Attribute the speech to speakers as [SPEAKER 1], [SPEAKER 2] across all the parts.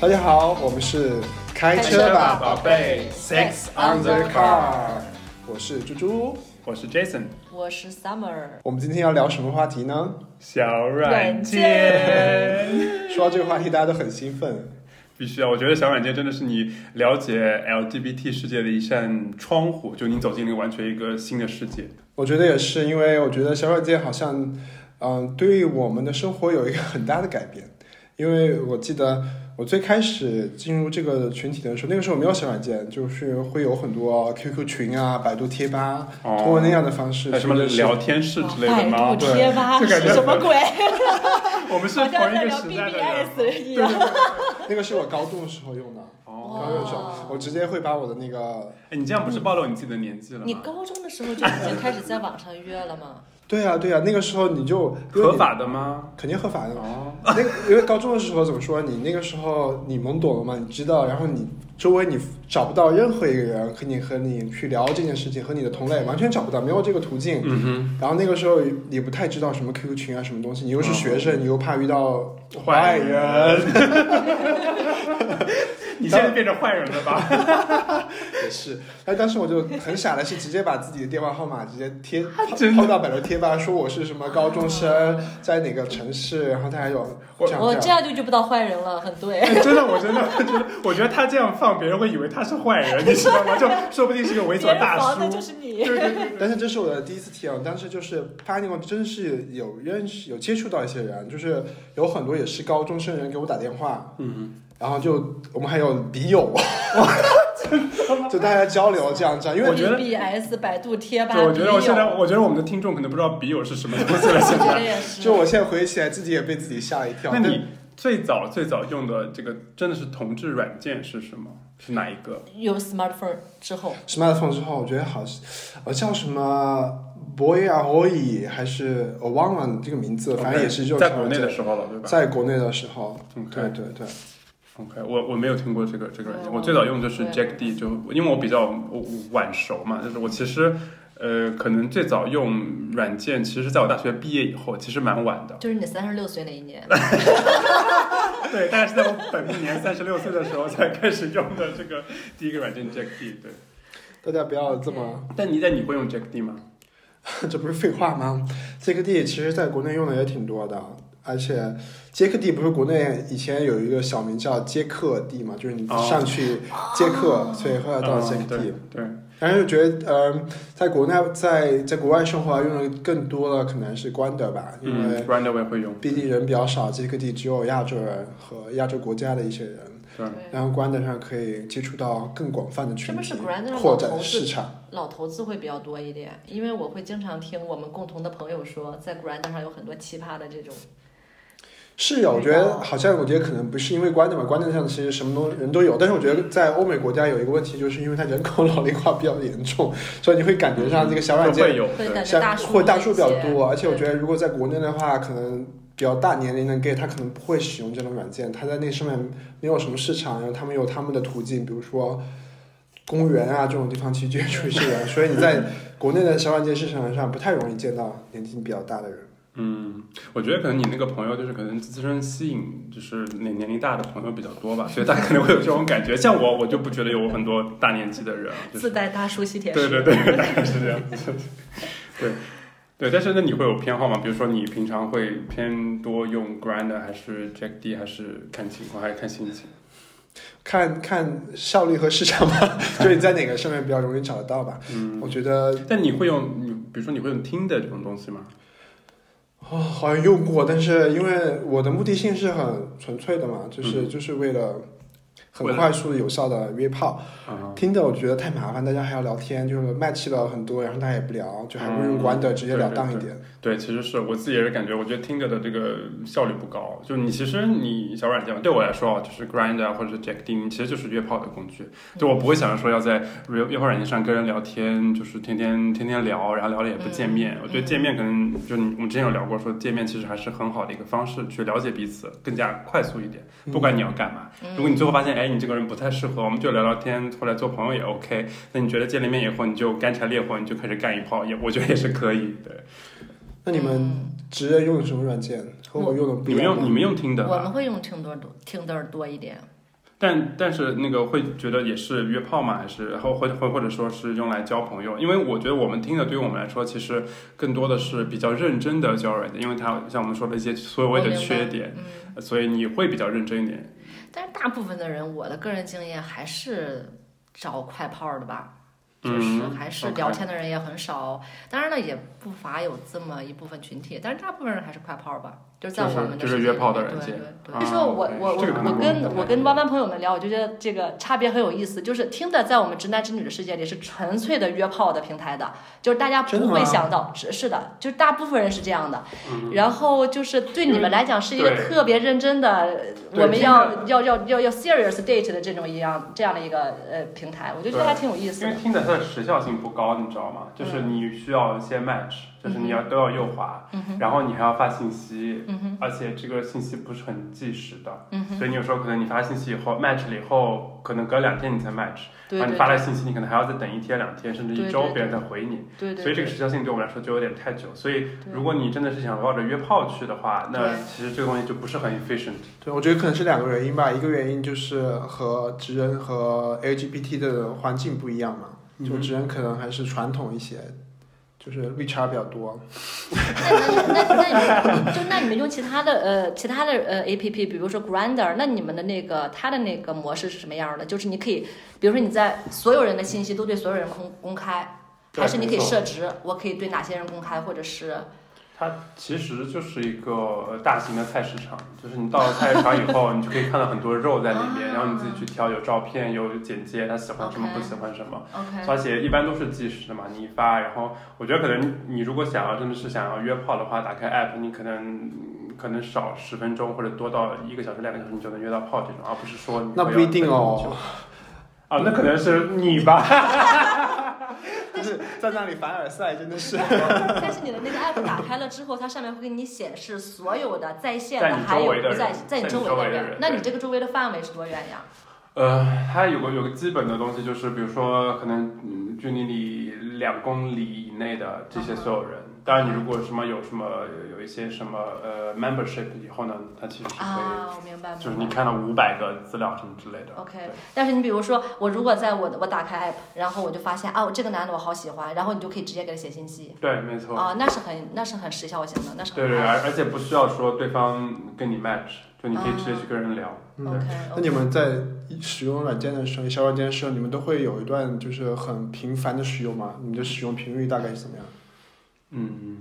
[SPEAKER 1] 大家好，我们是开
[SPEAKER 2] 开车
[SPEAKER 1] 车
[SPEAKER 2] 吧
[SPEAKER 1] 吧
[SPEAKER 2] 宝
[SPEAKER 1] 宝
[SPEAKER 2] 贝
[SPEAKER 1] 贝
[SPEAKER 2] ，Sex
[SPEAKER 1] ，Sex
[SPEAKER 2] on
[SPEAKER 1] on
[SPEAKER 2] the
[SPEAKER 1] the
[SPEAKER 2] car
[SPEAKER 1] car。我是猪猪，
[SPEAKER 2] 我是 Jason，
[SPEAKER 3] 我是 Summer，
[SPEAKER 1] 我们今天要聊什么话题呢？
[SPEAKER 2] 小软
[SPEAKER 3] 软
[SPEAKER 2] 件，
[SPEAKER 1] 说到这个话题，大家都很兴奋。
[SPEAKER 2] 必须啊！我觉得小软件真的是你了解 LGBT 世界的一扇窗户，就你走进了完全一个新的世界。
[SPEAKER 1] 我觉得也是，因为我觉得小软件好像，嗯、对于我们的生活有一个很大的改变。因为我记得我最开始进入这个群体的时候，那个时候没有小软件，就是会有很多 QQ 群啊、百度贴吧，
[SPEAKER 2] 哦
[SPEAKER 1] 通过那样的方式
[SPEAKER 2] 还有什么
[SPEAKER 1] 去认识
[SPEAKER 2] 聊天室之类的吗
[SPEAKER 3] 百度？贴哎吧
[SPEAKER 2] 对
[SPEAKER 3] 是
[SPEAKER 2] 就感觉
[SPEAKER 3] 什么鬼？
[SPEAKER 2] 我们 是
[SPEAKER 3] 好
[SPEAKER 2] 同
[SPEAKER 3] 像在
[SPEAKER 2] 一个
[SPEAKER 3] 聊
[SPEAKER 2] 时代的人。
[SPEAKER 3] BBS 一样。
[SPEAKER 1] 那个是我高中的时候用的，
[SPEAKER 2] 哦，
[SPEAKER 1] 高中的时候，我直接会把我的那个，
[SPEAKER 2] 哎，你这样不是暴露你自己的年纪了吗？
[SPEAKER 3] 你高中的时候就已经开始在网上约了 吗？
[SPEAKER 1] 对啊对啊，那个时候你就
[SPEAKER 2] 合，法的吗？
[SPEAKER 1] 肯定合法的。
[SPEAKER 2] 哦，
[SPEAKER 1] 那个因为高中的时候怎么说，你那个时候你懵懂了嘛，你知道，然后你周围你找不到任何一个人和你和你去聊这件事情，和你的同类完全找不到，没有这个途径。
[SPEAKER 2] 嗯哼。
[SPEAKER 1] 然后那个时候也不太知道什么 QQ 群啊，什么东西。你又是
[SPEAKER 2] 嗯
[SPEAKER 1] 学生，你又怕遇到
[SPEAKER 2] 坏
[SPEAKER 1] 坏人，
[SPEAKER 2] 人。你现在变成坏人了吧？
[SPEAKER 1] 也是。但当时我就很傻的是，直接把自己的电话号码直接贴
[SPEAKER 2] 真
[SPEAKER 1] 抛
[SPEAKER 2] 的
[SPEAKER 1] 抛到百度贴吧，说我是什么高中生，在哪个城市，然后他还有
[SPEAKER 2] 我
[SPEAKER 1] 这样
[SPEAKER 3] 我
[SPEAKER 1] 这
[SPEAKER 3] 这
[SPEAKER 1] 样。
[SPEAKER 3] 样就遇不到坏人了，很对。
[SPEAKER 2] 哎 真的，我真的，我真的，我觉得他这样放，别人会以为他是坏人，你知道吗？就说不定是个
[SPEAKER 3] 别
[SPEAKER 2] 猥琐
[SPEAKER 3] 人
[SPEAKER 2] 大
[SPEAKER 3] 防
[SPEAKER 2] 叔
[SPEAKER 3] 的。就是你
[SPEAKER 2] 对。对对对
[SPEAKER 1] 但是这是我的第一次体验，我当时就是发现我真是有认识、有接触到一些人，就是有很多也是高中生人给我打电话，
[SPEAKER 2] 嗯，
[SPEAKER 1] 然后就我们还有笔友， 就大家交流这样这样，因为
[SPEAKER 2] 我觉得
[SPEAKER 3] BBS、百度贴吧，
[SPEAKER 2] 对，我觉得我现在，
[SPEAKER 3] 笔友
[SPEAKER 2] 我觉得我们的听众可能不知道笔友是什么东西了。
[SPEAKER 3] 我
[SPEAKER 2] 现
[SPEAKER 3] 觉得
[SPEAKER 2] 在，
[SPEAKER 3] 也是。
[SPEAKER 1] 就我现在回忆起来，自己也被自己吓了一跳。
[SPEAKER 2] 那你最早最早用的这个真的是同志软件是什么？是哪一个？
[SPEAKER 3] 有 smartphone 之后，
[SPEAKER 1] 但 smartphone 之后，我觉得好像，呃，叫什么 Boy a o y 还是我忘了这个名字，反正也是就
[SPEAKER 2] 在国内的时候了，对吧？
[SPEAKER 1] 在国内的时候，对
[SPEAKER 2] OK
[SPEAKER 1] 对对。
[SPEAKER 2] OK，我我没有听过这个这个软
[SPEAKER 3] 哦
[SPEAKER 2] 件，我最早用的就是
[SPEAKER 3] 对，
[SPEAKER 2] Jack D，就因为我比较我我晚熟嘛，就是我其实呃可能最早用软件，其实在我大学毕业以后，其实蛮晚的
[SPEAKER 3] 就是你三十六岁那一年，
[SPEAKER 2] 对，大概是在我本命 年三十六岁的时候才开始用的这个第一个软件 Jack D，对。
[SPEAKER 1] 大家不要这么，
[SPEAKER 2] 但你在你会用 Jack D 吗？
[SPEAKER 1] 这不是废话吗？杰克 D 其实在国内用的也挺多的，而且杰克 D 不是国内以前有一个小名叫杰克 D 嘛，就是你
[SPEAKER 2] 哦
[SPEAKER 1] 上去接客，
[SPEAKER 3] 哦
[SPEAKER 1] 所以后来到
[SPEAKER 2] 嗯
[SPEAKER 1] 杰克 D。
[SPEAKER 2] 对，
[SPEAKER 1] 但是觉得，呃，在国内在在国外生活啊用的更多的可能是关德吧，因为
[SPEAKER 2] 嗯，Grindr 我也会用，
[SPEAKER 1] 毕竟人比较少，这个地只有亚洲人和亚洲国家的一些人，
[SPEAKER 2] 对，
[SPEAKER 1] 然后关德上可以接触到更广泛的群
[SPEAKER 3] 是
[SPEAKER 1] 体
[SPEAKER 3] 不是 Grindr 的，
[SPEAKER 1] 扩
[SPEAKER 3] 投
[SPEAKER 1] 展
[SPEAKER 3] 资
[SPEAKER 1] 市场。
[SPEAKER 3] 老头子会比较多一点，因为我会经常听我们共同的朋友说，在 Grindr 上有很多奇葩的这种。
[SPEAKER 1] 是啊有，我觉得好像我觉得可能不是因为关德嘛，关德上其实什么东人都有，但是我觉得在欧美国家有一个问题，就是因为它人口老龄化比较严重，所以你会感觉上这个小软
[SPEAKER 2] 都会
[SPEAKER 1] 件
[SPEAKER 2] 有，
[SPEAKER 3] 会
[SPEAKER 2] 对
[SPEAKER 3] 感觉
[SPEAKER 1] 像
[SPEAKER 3] 大数
[SPEAKER 1] 或大数比较
[SPEAKER 3] 一些
[SPEAKER 1] 多，而且我觉得如果在国内的话，可能比较大年龄的 gay 他可能不会使用这种软件，他在那上面没有什么市场，然后他们有他们的途径，比如说公园啊这种地方去接触一些人，所以你在国内的小软件市场上不太容易见到年纪比较大的人。
[SPEAKER 2] 嗯，我觉得可能你那个朋友就是可能自身吸引就是年年龄大的朋友比较多吧，所以他可能会有这种感觉。像我，我就不觉得有很多大年纪的人，啊就是
[SPEAKER 3] 自带大叔吸铁石。
[SPEAKER 2] 对对对，大概是这样子。对对，但是那你会有偏好吗？比如说你平常会偏多用 Grind 还是 Jack D，还是看情况，还是看心情？
[SPEAKER 1] 看看效率和市场吧，就你在哪个上面比较容易找得到吧。
[SPEAKER 2] 嗯，
[SPEAKER 1] 我觉得
[SPEAKER 2] 但你会用你，比如说你会用听的这种东西吗？
[SPEAKER 1] 哦，好像用过，但是因为我的目的性是很纯粹的嘛，就是、就是为了
[SPEAKER 2] 嗯为
[SPEAKER 1] 很
[SPEAKER 2] 了
[SPEAKER 1] 快速有效的约炮。
[SPEAKER 2] 啊、
[SPEAKER 1] 听的我觉得太麻烦，大家还要聊天，就是 match 了很多，然后大家也不聊，就还不
[SPEAKER 2] 嗯
[SPEAKER 1] 如关的直截了当一
[SPEAKER 2] 对对
[SPEAKER 1] 点。
[SPEAKER 2] 对，其实是我自己也是感觉，我觉得听着的这个效率不高。就你其实你小软件对我来说啊，就是 Grind 啊或者是 Jack D，其实就是约炮的工具。就我不会想着说要在约约炮软件上跟人聊天，就是天天天天聊，然后聊了也不见
[SPEAKER 3] 嗯
[SPEAKER 2] 面。我觉得见面可能就你我们之前有聊过，说见面其实还是很好的一个方式去了解彼此，更加快速一点。不管你要干嘛，
[SPEAKER 3] 嗯
[SPEAKER 2] 如果你最后发现哎你这个人不太适合，我们就聊聊天，后来做朋友也 OK。那你觉得见了面以后你就干柴烈火，你就开始干一炮，也我觉得也是可以的。
[SPEAKER 1] 那你们
[SPEAKER 3] 嗯
[SPEAKER 1] 直接用什么软件？和我用的不
[SPEAKER 2] 你
[SPEAKER 1] 一
[SPEAKER 2] 们
[SPEAKER 1] 样吗
[SPEAKER 2] 用你们用听的
[SPEAKER 3] 我们
[SPEAKER 2] 吧？
[SPEAKER 3] 会用听多多听多多一点，
[SPEAKER 2] 但但是那个会觉得也是约炮吗？还是或或或或者说是用来交朋友？因为我觉得我们听的对于我们来说，其实更多的是比较认真的交友软件，因为它像我们说的一些所谓的缺点，
[SPEAKER 3] 嗯，
[SPEAKER 2] 所以你会比较认真一点。
[SPEAKER 3] 但是大部分的人，我的个人经验还是找快炮儿的吧，就
[SPEAKER 2] 嗯
[SPEAKER 3] 是还是
[SPEAKER 2] OK
[SPEAKER 3] 聊天的人也很少。当然了，也不乏有这么一部分群体，但是大部分人还是快炮儿吧，就是在
[SPEAKER 2] 就是
[SPEAKER 3] 我们的
[SPEAKER 2] 就是
[SPEAKER 3] 世界
[SPEAKER 2] 约
[SPEAKER 3] 里
[SPEAKER 2] 炮
[SPEAKER 3] 面
[SPEAKER 2] 的人
[SPEAKER 3] 对
[SPEAKER 2] 界
[SPEAKER 3] 对对。
[SPEAKER 2] 啊
[SPEAKER 3] 所以说我
[SPEAKER 2] OK，
[SPEAKER 3] 我
[SPEAKER 2] 这个可
[SPEAKER 3] 我
[SPEAKER 2] 能
[SPEAKER 3] 我
[SPEAKER 2] 不
[SPEAKER 3] 跟
[SPEAKER 2] 太
[SPEAKER 3] 我跟弯弯朋友们聊，我就觉得这个差别很有意思。就是听的，在我们直男直女的世界里是纯粹的约炮的平台的，就是大家
[SPEAKER 1] 真的
[SPEAKER 3] 不
[SPEAKER 1] 吗
[SPEAKER 3] 会想到，只是的，就是大部分人是这样的。
[SPEAKER 2] 嗯，
[SPEAKER 3] 然后就是对你们来讲是一个
[SPEAKER 2] 对
[SPEAKER 3] 特别认真的，
[SPEAKER 2] 对
[SPEAKER 3] 我们
[SPEAKER 2] 这
[SPEAKER 3] 要要要要要 serious date 的这种一样这样的一个呃平台，我就觉得
[SPEAKER 2] 对嗯
[SPEAKER 3] 还挺有意思
[SPEAKER 2] 因为
[SPEAKER 3] 的。
[SPEAKER 2] 听的它的时效性不高，你知道吗？就是你需要先 match，就是你要都要右滑，
[SPEAKER 3] 嗯哼，
[SPEAKER 2] 然后你还要发信息，
[SPEAKER 3] 嗯哼，
[SPEAKER 2] 而且这个信息不是很即时的，
[SPEAKER 3] 嗯哼，
[SPEAKER 2] 所以你有时候可能你发信息以后 match 了以后，可能隔两天你才 match，
[SPEAKER 3] 对
[SPEAKER 2] 然
[SPEAKER 3] 对
[SPEAKER 2] 后啊你发了信息，你可能还要再等一天、两天，甚至一
[SPEAKER 3] 对对
[SPEAKER 2] 周
[SPEAKER 3] 对
[SPEAKER 2] 别人才回你，
[SPEAKER 3] 对对，
[SPEAKER 2] 所以这个
[SPEAKER 3] 对
[SPEAKER 2] 时效性对我们来说就有点太久。所以
[SPEAKER 3] 对
[SPEAKER 2] 如果你真的是想绕着约炮去的话，那
[SPEAKER 3] 对
[SPEAKER 2] 其实这个东西就不是很 efficient。
[SPEAKER 1] 对，我觉得可能是两个原因吧，一个原因就是和直人和 LGBT 的环境不一样嘛，就
[SPEAKER 2] 嗯
[SPEAKER 1] 直人可能还是传统一些，就是绿茶比较多。
[SPEAKER 2] 嗯
[SPEAKER 3] 那那那那你们就那你们用其他的呃其他的呃 A P P，比如说 Grinder，那你们的那个它的那个模式是什么样的？就是你可以，比如说你在所有人的信息都对所有人公公开，
[SPEAKER 2] 对
[SPEAKER 3] 还是你可以
[SPEAKER 2] 没错
[SPEAKER 3] 设置我可以对哪些人公开，或者是
[SPEAKER 2] 它其实就是一个呃大型的菜市场，就是你到了菜市场以后，你就可以看到很多肉在里面，
[SPEAKER 3] 啊
[SPEAKER 2] 然后你自己去挑，有照片，有简介，他喜欢什么
[SPEAKER 3] OK
[SPEAKER 2] 不喜欢什么。
[SPEAKER 3] OK
[SPEAKER 2] 而且一般都是即时的嘛，你一发，然后我觉得可能你如果想要真的是想要约炮的话，打开 app，你可能可能少十分钟或者多到一个小时、两个小时，你就能约到炮这种，而不是说你
[SPEAKER 1] 那
[SPEAKER 2] 会
[SPEAKER 1] 不一
[SPEAKER 2] 要
[SPEAKER 1] 定
[SPEAKER 2] 等很
[SPEAKER 1] 哦
[SPEAKER 2] 久。啊，那可能是你吧，
[SPEAKER 1] 就是在那里凡尔赛真的是，
[SPEAKER 3] 但是你的那个 app 打开了之后，它上面会给你显示所有的在线
[SPEAKER 2] 在
[SPEAKER 3] 的，
[SPEAKER 2] 你
[SPEAKER 3] 还
[SPEAKER 2] 周
[SPEAKER 3] 有
[SPEAKER 2] 围的
[SPEAKER 3] 不在
[SPEAKER 2] 人
[SPEAKER 3] 在你
[SPEAKER 2] 在
[SPEAKER 3] 周
[SPEAKER 2] 你
[SPEAKER 3] 围
[SPEAKER 2] 周围
[SPEAKER 3] 的
[SPEAKER 2] 的
[SPEAKER 3] 人
[SPEAKER 2] 人。
[SPEAKER 3] 那你
[SPEAKER 2] 对
[SPEAKER 3] 这个周围的范围是多远呀？
[SPEAKER 2] 呃，它有个有个基本的东西，就是比如说可能嗯距离你两公里以内的这些所有人。
[SPEAKER 1] 嗯
[SPEAKER 2] 当然，你如果什么有什么有一些什么呃 membership 以后呢，它其实是可以，
[SPEAKER 3] 啊，我明白，
[SPEAKER 2] 就是
[SPEAKER 3] 明
[SPEAKER 2] 你
[SPEAKER 3] 白。
[SPEAKER 2] 看到五百个资料什么之类
[SPEAKER 1] 哦
[SPEAKER 2] 的。
[SPEAKER 3] OK，
[SPEAKER 2] 对
[SPEAKER 3] 但是你比如说，我如果在我的我打开 app，然后我就发现啊，我这个男的我好喜欢，然后你就可以直接给他写信息
[SPEAKER 2] 对，没错。
[SPEAKER 3] 啊，那是很那是很时效性的，那是
[SPEAKER 2] 哦对
[SPEAKER 3] 很
[SPEAKER 2] 对，
[SPEAKER 3] 快
[SPEAKER 2] 而而且不需要说对方跟你 match，就你可以直接去跟人聊。
[SPEAKER 1] 嗯
[SPEAKER 3] 的。OK，
[SPEAKER 1] 那你们在使用软件的时候，小软件的时候，你们都会有一段就是很频繁的使用吗？你们的使用频率大概是怎么样？
[SPEAKER 2] 嗯，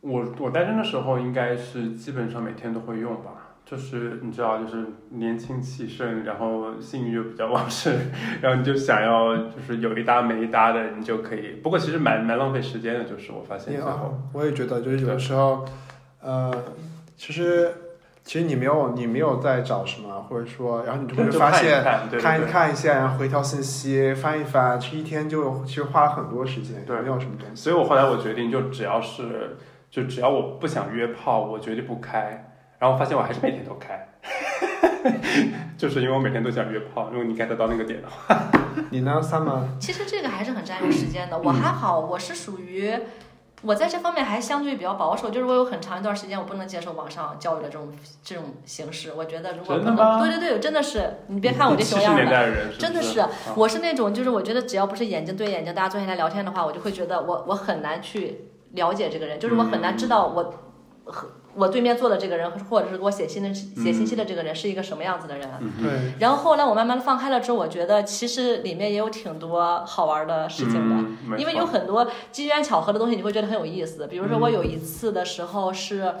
[SPEAKER 2] 我我单身的时候应该是基本上每天都会用吧，就是你知道，就是年轻气盛，然后性欲又比较旺盛，然后你就想要就是有一搭没一搭的，你就可以。不过其实蛮蛮浪费时间的，就是我发现
[SPEAKER 1] 你
[SPEAKER 2] 最后，
[SPEAKER 1] 啊，我也觉得就是有的时候，呃，其实其实你没有你没有在找什么，或者说，然后你就会
[SPEAKER 2] 就
[SPEAKER 1] 发现。
[SPEAKER 2] 看一看，对
[SPEAKER 1] 看
[SPEAKER 2] 对
[SPEAKER 1] 一
[SPEAKER 2] 对。
[SPEAKER 1] 看一下，然后回条信息，翻一翻，这一天就其实花了很多时间，
[SPEAKER 2] 对
[SPEAKER 1] 没有什么东西。
[SPEAKER 2] 所以我后来我决定，就只要是就只要我不想约炮，我绝对不开。然后发现我还是每天都开， 就是因为我每天都想约炮。如果你 get 到那个点的话，
[SPEAKER 1] 你呢，三吗？
[SPEAKER 3] 其实这个还是很占用时
[SPEAKER 2] 嗯
[SPEAKER 3] 间的。我还好，我是属于我在这方面还相对比较保守，就是我有很长一段时间我不能接受网上教育的这种这种形式。我觉得如果
[SPEAKER 2] 真
[SPEAKER 3] 不
[SPEAKER 2] 的
[SPEAKER 3] 能，
[SPEAKER 2] 吗
[SPEAKER 3] 对对对，真的是你别看我这
[SPEAKER 2] 七
[SPEAKER 3] 熊
[SPEAKER 2] 十
[SPEAKER 3] 样
[SPEAKER 2] 年
[SPEAKER 3] 儿的。
[SPEAKER 2] 代的人是不
[SPEAKER 3] 真的
[SPEAKER 2] 是
[SPEAKER 3] 是
[SPEAKER 2] 啊，
[SPEAKER 3] 我是那种，就是我觉得只要不是眼睛对眼睛，大家坐下来聊天的话，我就会觉得我我很难去了解这个人，就是我很难知道我和我对面坐的这个人，或者是给我写信的写信息的这个人是一个什么样子的人。
[SPEAKER 2] 嗯哼
[SPEAKER 1] 对，
[SPEAKER 3] 然后后来我慢慢的放开了之后，我觉得其实里面也有挺多好玩的事情的，
[SPEAKER 2] 嗯、没
[SPEAKER 3] 因为
[SPEAKER 2] 错
[SPEAKER 3] 有很多机缘巧合的东西，你会觉得很有意思。比如说
[SPEAKER 1] 嗯
[SPEAKER 3] 我有一次的时候是。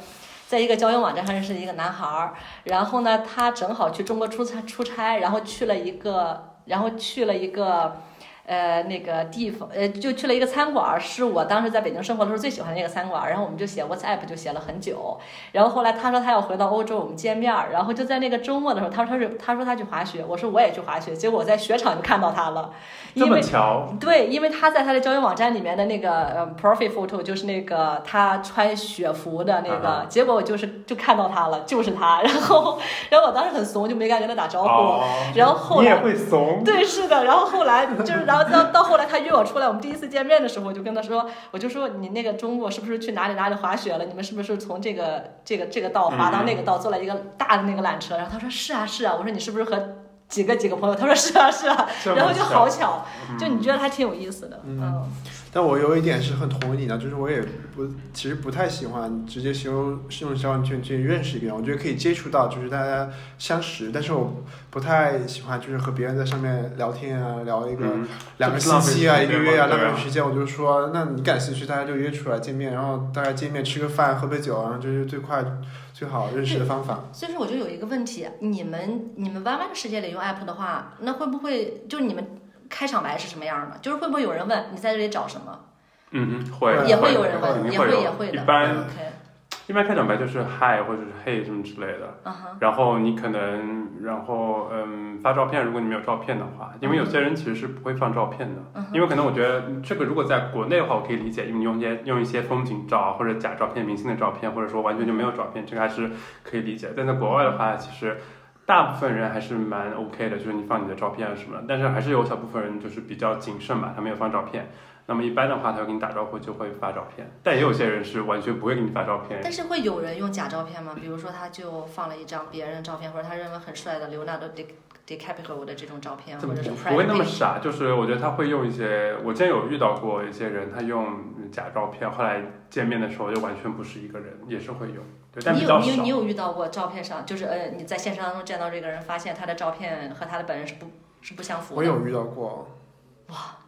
[SPEAKER 3] 在一个交友网站上认识一个男孩儿，然后呢，他正好去中国出差出差，然后去了一个，然后去了一个，呃，那个地方，呃，就去了一个餐馆儿，是我当时在北京生活的时候最喜欢的一个餐馆儿。然后我们就写 WhatsApp 就写了很久，然后后来他说他要回到欧洲，我们见面儿。然后就在那个周末的时候，他说他是他说他去滑雪，我说我也去滑雪。结果我在雪场就看到他了，
[SPEAKER 2] 这
[SPEAKER 3] 因
[SPEAKER 2] 么
[SPEAKER 3] 为
[SPEAKER 2] 巧，
[SPEAKER 3] 对，因为他在他的交友网站里面的那个呃 profile photo 就是那个他穿雪服的那个，
[SPEAKER 2] 啊
[SPEAKER 3] 结果我就是就看到他了，就是他。然后 然后我当时很怂，就没敢跟他打招呼。
[SPEAKER 2] 哦
[SPEAKER 3] 然后后
[SPEAKER 2] 你也
[SPEAKER 3] 来
[SPEAKER 2] 会怂，
[SPEAKER 3] 对，是的。然后后来就是，然后到到后来他约我出来，我们第一次见面的时候，我就跟他说，我就说你那个周末是不是去哪里哪里滑雪了？你们是不是从这
[SPEAKER 2] 嗯
[SPEAKER 3] 个这个这个道滑到那个道，坐了一个大的那个缆车？然后他说是啊是啊。我说你是不是和几个几个朋友，他说是啊是啊，
[SPEAKER 2] 这么
[SPEAKER 3] 然后就好
[SPEAKER 2] 巧，
[SPEAKER 3] 巧，
[SPEAKER 2] 嗯
[SPEAKER 3] 就你觉得还挺有意思的，
[SPEAKER 1] 嗯
[SPEAKER 3] 嗯
[SPEAKER 1] 但我有一点是很同意你的，就是我也不其实不太喜欢直接形容用交友圈去认识一个人，我觉得可以接触到，就是大家相识，但是我不太喜欢就是和别人在上面聊天啊，聊一个、
[SPEAKER 2] 嗯
[SPEAKER 1] 两个星期啊，
[SPEAKER 2] 就
[SPEAKER 1] 一
[SPEAKER 2] 是浪费时间
[SPEAKER 1] 个月啊，
[SPEAKER 2] 嘛
[SPEAKER 1] 浪
[SPEAKER 2] 对啊
[SPEAKER 1] 费时间。我就说，那你感兴趣，大家就约出来见面，然后大家见面吃个饭，喝杯酒，然后这是最快最好认识的方法。
[SPEAKER 3] 所以说我就有一个问题，你们你们 YY 的世界里用 app 的话，那会不会就你们开场白是什么样的？就是会不会有人问你在这里找什么？
[SPEAKER 2] 嗯哼，会
[SPEAKER 1] 对
[SPEAKER 3] 也
[SPEAKER 2] 会
[SPEAKER 3] 会有人
[SPEAKER 1] 会
[SPEAKER 2] 肯
[SPEAKER 3] 问，
[SPEAKER 2] 定
[SPEAKER 3] 也
[SPEAKER 2] 有
[SPEAKER 3] 也会的。
[SPEAKER 2] 一般
[SPEAKER 3] OK，
[SPEAKER 2] 一般开场白就是 hi 或者是 hey 什么之类的，
[SPEAKER 3] 嗯哼，
[SPEAKER 2] 然后你可能然后嗯发照片，如果你没有照片的话，因为有些人其实是不会放照片的，
[SPEAKER 3] 嗯哼，
[SPEAKER 2] 因为可能我觉得这个如果在国内的话，我可以理解，因为用一些用一些风景照啊或者假照片、明星的照片，或者说完全就没有照片，这个还是可以理解。但在国外的话，其实大部分人还是蛮 OK 的，就是你放你的照片啊什么的，但是还是有小部分人就是比较谨慎吧，他没有放照片。那么一般的话，他会跟你打招呼就会发照片，但也有些人是完全不会给你发照片。
[SPEAKER 3] 但是会有人用假照片吗？比如说他就放了一张别人的照片，或者他认为很帅的 Leonardo Di DiCaprio 的这种照片，
[SPEAKER 2] 怎
[SPEAKER 3] 或
[SPEAKER 2] 么
[SPEAKER 3] 者是
[SPEAKER 2] 嗯不会那么
[SPEAKER 3] Brad Pitt
[SPEAKER 2] 傻？就是我觉得他会用一些，我之前有遇到过一些人，他用假照片，后来见面的时候就完全不是一个人，也是会有，对，但
[SPEAKER 3] 你
[SPEAKER 2] 比
[SPEAKER 3] 有
[SPEAKER 2] 较
[SPEAKER 3] 你有
[SPEAKER 2] 少
[SPEAKER 3] 你。有遇到过照片上，就是呃你在现实当中见到这个人，发现他的照片和他的本人是不是不相符
[SPEAKER 1] 我
[SPEAKER 3] 的？
[SPEAKER 1] 有遇到过，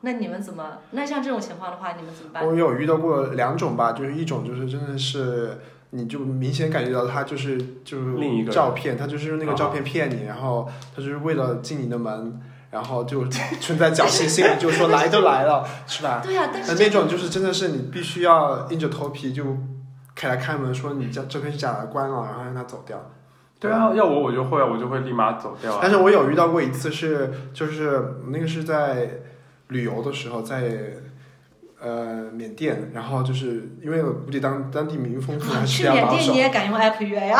[SPEAKER 3] 那你们怎么？那像这种情况的话，你们怎么办？
[SPEAKER 1] 我有遇到过两种吧，就是一种就是真的是。你就明显感觉到他就是就是
[SPEAKER 2] 另一个人
[SPEAKER 1] 照片，他就是用那个照片骗你，然后他就是为了进你的门，然后就存在侥 幸心理，就说来都来了，是吧？
[SPEAKER 3] 对呀、啊但
[SPEAKER 1] 那
[SPEAKER 3] 是
[SPEAKER 1] 那种就是真的是你必须要硬着头皮就开来开门说你这这边是假的，关了，然后让他走掉。
[SPEAKER 2] 对啊，要我我就会，我就会立马走掉啊
[SPEAKER 1] 但。是我有遇到过一次是就是那个是在旅游的时候在。呃，缅甸，然后就是因为我估计当当地民风可能还是比
[SPEAKER 3] 啊
[SPEAKER 1] 较
[SPEAKER 3] 去缅
[SPEAKER 1] 保
[SPEAKER 3] 甸
[SPEAKER 1] 守
[SPEAKER 3] 你，也敢用 app 约 呀？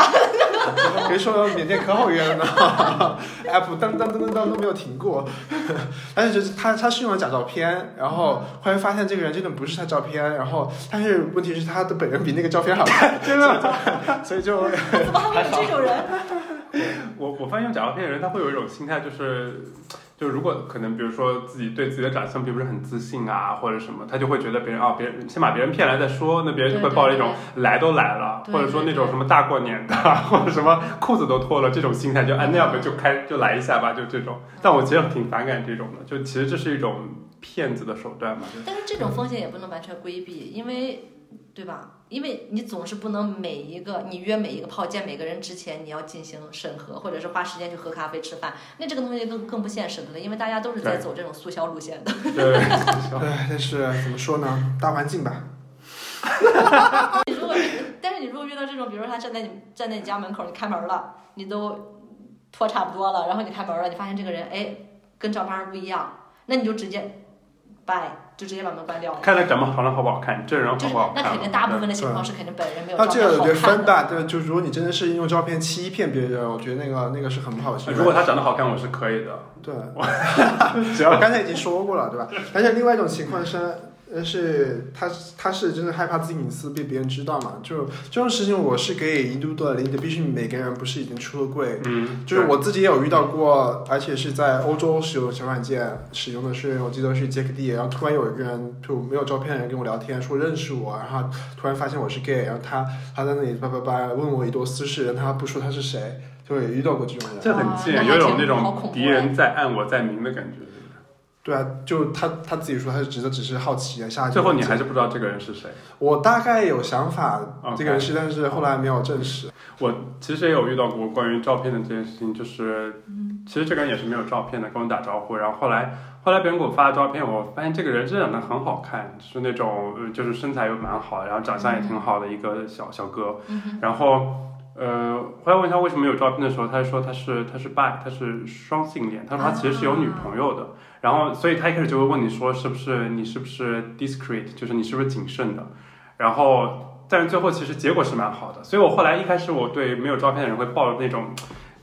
[SPEAKER 1] 可以说缅甸可好约了呢 ，app 当当当当当都没有停过， 但是就是他他是用了假照片，然后
[SPEAKER 3] 嗯
[SPEAKER 1] 后来发现这个人真的不是他照片，然后但是问题是他的本人比那个照片好 看，真的， 所以就
[SPEAKER 3] 怎么还会有这种人？
[SPEAKER 2] 我我发现用假照片的人，他会有一种心态，就是就如果可能，比如说自己对自己的长相并不是很自信啊，或者什么，他就会觉得别人啊，别人先把别人骗来再说，那别人就会抱着一种来都来了，
[SPEAKER 3] 对
[SPEAKER 2] 或者说那种
[SPEAKER 3] 对对
[SPEAKER 2] 什么大过年的，啊或者什么裤子都脱了这种心态，就哎那要不就开就来一下吧，就这种。但我其实挺反感这种的，就其实这是一种骗子的手段嘛。就
[SPEAKER 3] 但是这种风险也不能完全规避，因为对吧？因为你总是不能每一个你约每一个炮见每个人之前，你要进行审核，或者是花时间去喝咖啡吃饭，那这个东西更更不现实的了，因为大家都是在
[SPEAKER 2] 对
[SPEAKER 3] 走这种速销路线的。
[SPEAKER 2] 对，
[SPEAKER 1] 哎，但是怎么说呢，大环境吧，
[SPEAKER 3] 你如果是，但是你如果遇到这种，比如说他站在你站在你家门口，你开门了，你都脱差不多了，然后你开门了，你发现这个人哎跟照片上不一样，那你就直接拜，就直接把门关掉了。
[SPEAKER 2] 看他长得长得好不好看，这人好
[SPEAKER 3] 就
[SPEAKER 2] 不
[SPEAKER 3] 是
[SPEAKER 2] 好看
[SPEAKER 3] 那
[SPEAKER 2] 嘛。
[SPEAKER 3] 肯定大部分的情
[SPEAKER 1] 对
[SPEAKER 3] 况是肯定本人没有
[SPEAKER 1] 那
[SPEAKER 3] 照
[SPEAKER 1] 这
[SPEAKER 3] 片
[SPEAKER 1] 个
[SPEAKER 3] 好
[SPEAKER 1] 我觉得分
[SPEAKER 3] 看的。
[SPEAKER 1] 吧，对，就如果你真的是用照片欺骗别人，我觉得那个那个是很不好的行为。
[SPEAKER 2] 对如果他长得好看，我是可 以的，
[SPEAKER 1] 对，
[SPEAKER 2] 只要
[SPEAKER 1] 我刚才已经说过了，对吧？而且另外一种情况是，呃，是他他是真的害怕自己隐私被别人知道嘛？就这种事情，我是给予一度的理解，必须每个人不是已经出了柜。
[SPEAKER 2] 嗯，
[SPEAKER 1] 就是我自己也有遇到过，而且是在欧洲使用小软件，使用的是我记得是 Jackd，然后突然有一个人就没有照片的人跟我聊天，说认识我，然后他突然发现我是 gay，然后他他在那里叭叭叭问我一多私事，但他不说他是谁，就也遇到过这种人。
[SPEAKER 2] 这很
[SPEAKER 3] 哇
[SPEAKER 2] 贱，
[SPEAKER 3] 哦那
[SPEAKER 2] 有
[SPEAKER 3] 还
[SPEAKER 2] 一种
[SPEAKER 3] 挺
[SPEAKER 2] 那
[SPEAKER 3] 好恐怖
[SPEAKER 2] 种敌
[SPEAKER 3] 哎
[SPEAKER 2] 人在暗我在明的感觉。
[SPEAKER 1] 对啊，就他他自己说他是只是只是好奇啊，下一个
[SPEAKER 2] 最后你
[SPEAKER 1] 问题
[SPEAKER 2] 还是不知道这个人是谁。
[SPEAKER 1] 我大概有想法
[SPEAKER 2] OK
[SPEAKER 1] 这个人是，但是后来没有证实。
[SPEAKER 2] 我其实也有遇到过关于照片的这件事情，就是，
[SPEAKER 3] 嗯
[SPEAKER 2] 其实这个人也是没有照片的，跟我打招呼，然后后来后来别人给我发的照片，我发现这个人真的长得很好看，就是那种呃就是身材又蛮好，然后长相也挺好的一个小小哥，
[SPEAKER 3] 嗯哼
[SPEAKER 2] 然后。呃，后来问他为什么有照片的时候，他说他是他是 bi，他是双性恋，他说他其实是有女朋友
[SPEAKER 3] 啊
[SPEAKER 2] 的。然后，所以他一开始就会问你说是不是你是不是 discreet，就是你是不是谨慎的。然后，但是最后其实结果是蛮好的。所以我后来一开始我对没有照片的人会抱着那种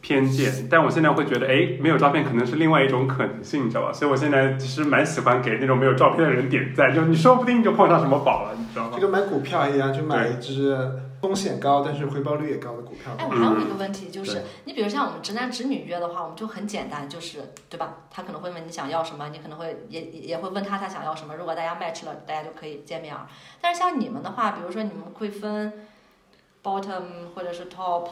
[SPEAKER 2] 偏见，但我现在会觉得，哎，没有照片可能是另外一种可能性，你知道吧？所以我现在其实蛮喜欢给那种没有哦照片的人点赞，就你说不定就碰上什么宝了，你知道吗
[SPEAKER 1] 就？跟买股票一样，就买一只风险高但是回报率也高的股票。
[SPEAKER 3] 哎，我还有一个问题就是，你比如像我们直男直女约的话，我们就很简单，就是对吧？他可能会问你想要什么，你可能会也也也会问他他想要什么。如果大家 match 了，大家就可以见面儿。但是像你们的话，比如说你们会分 bottom 或者是 top，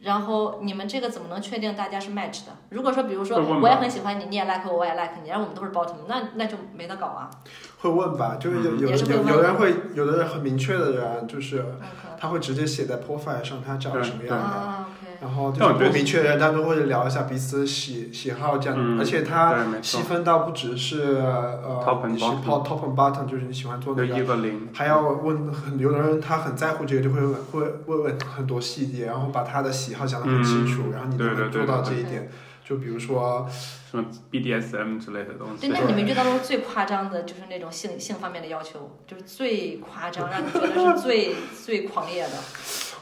[SPEAKER 3] 然后你们这个怎么能确定大家是 match 的？如果说比如说
[SPEAKER 2] 会问吧
[SPEAKER 3] 我也很喜欢你，你也 like 我，我也 like 你，然后我们都是 bottom，那那就没得搞啊。
[SPEAKER 1] 会问吧，就是有
[SPEAKER 2] 嗯
[SPEAKER 1] 有
[SPEAKER 3] 也是会
[SPEAKER 1] 有
[SPEAKER 3] 问
[SPEAKER 1] 有的人会，有的人很明确的人就是
[SPEAKER 3] 嗯可能
[SPEAKER 1] 他会直接写在 profile 上他找
[SPEAKER 2] 对
[SPEAKER 1] 什么样的，
[SPEAKER 3] 啊，OK，
[SPEAKER 1] 然后就
[SPEAKER 2] 但
[SPEAKER 1] 是
[SPEAKER 2] 我觉得
[SPEAKER 1] 不明确的人他都会聊一下彼此喜喜好这样，
[SPEAKER 2] 嗯
[SPEAKER 1] 而且他
[SPEAKER 2] 对，没
[SPEAKER 1] 细
[SPEAKER 2] 错，
[SPEAKER 1] 分到不只是呃
[SPEAKER 2] Top and
[SPEAKER 1] 你是
[SPEAKER 2] bottom
[SPEAKER 1] top top and bottom，就是你喜欢做
[SPEAKER 2] 就
[SPEAKER 1] 哪个
[SPEAKER 2] 一和零，
[SPEAKER 1] 还要问很有的人，他很在乎这个，就会问会问问很多细节，然后把他的喜好讲得很清楚，
[SPEAKER 2] 嗯
[SPEAKER 1] 然后你能
[SPEAKER 2] 对
[SPEAKER 1] 够
[SPEAKER 2] 对
[SPEAKER 1] 做
[SPEAKER 2] 对
[SPEAKER 1] 到这
[SPEAKER 3] 对
[SPEAKER 1] 一
[SPEAKER 3] 对
[SPEAKER 1] 点。就比如说，
[SPEAKER 2] 什么 BDSM 之类的东
[SPEAKER 3] 对，
[SPEAKER 2] 西
[SPEAKER 3] 那。你们遇到过最夸张的就是那种性性方面的要求，就是最夸 张，让你觉得是最最狂野的。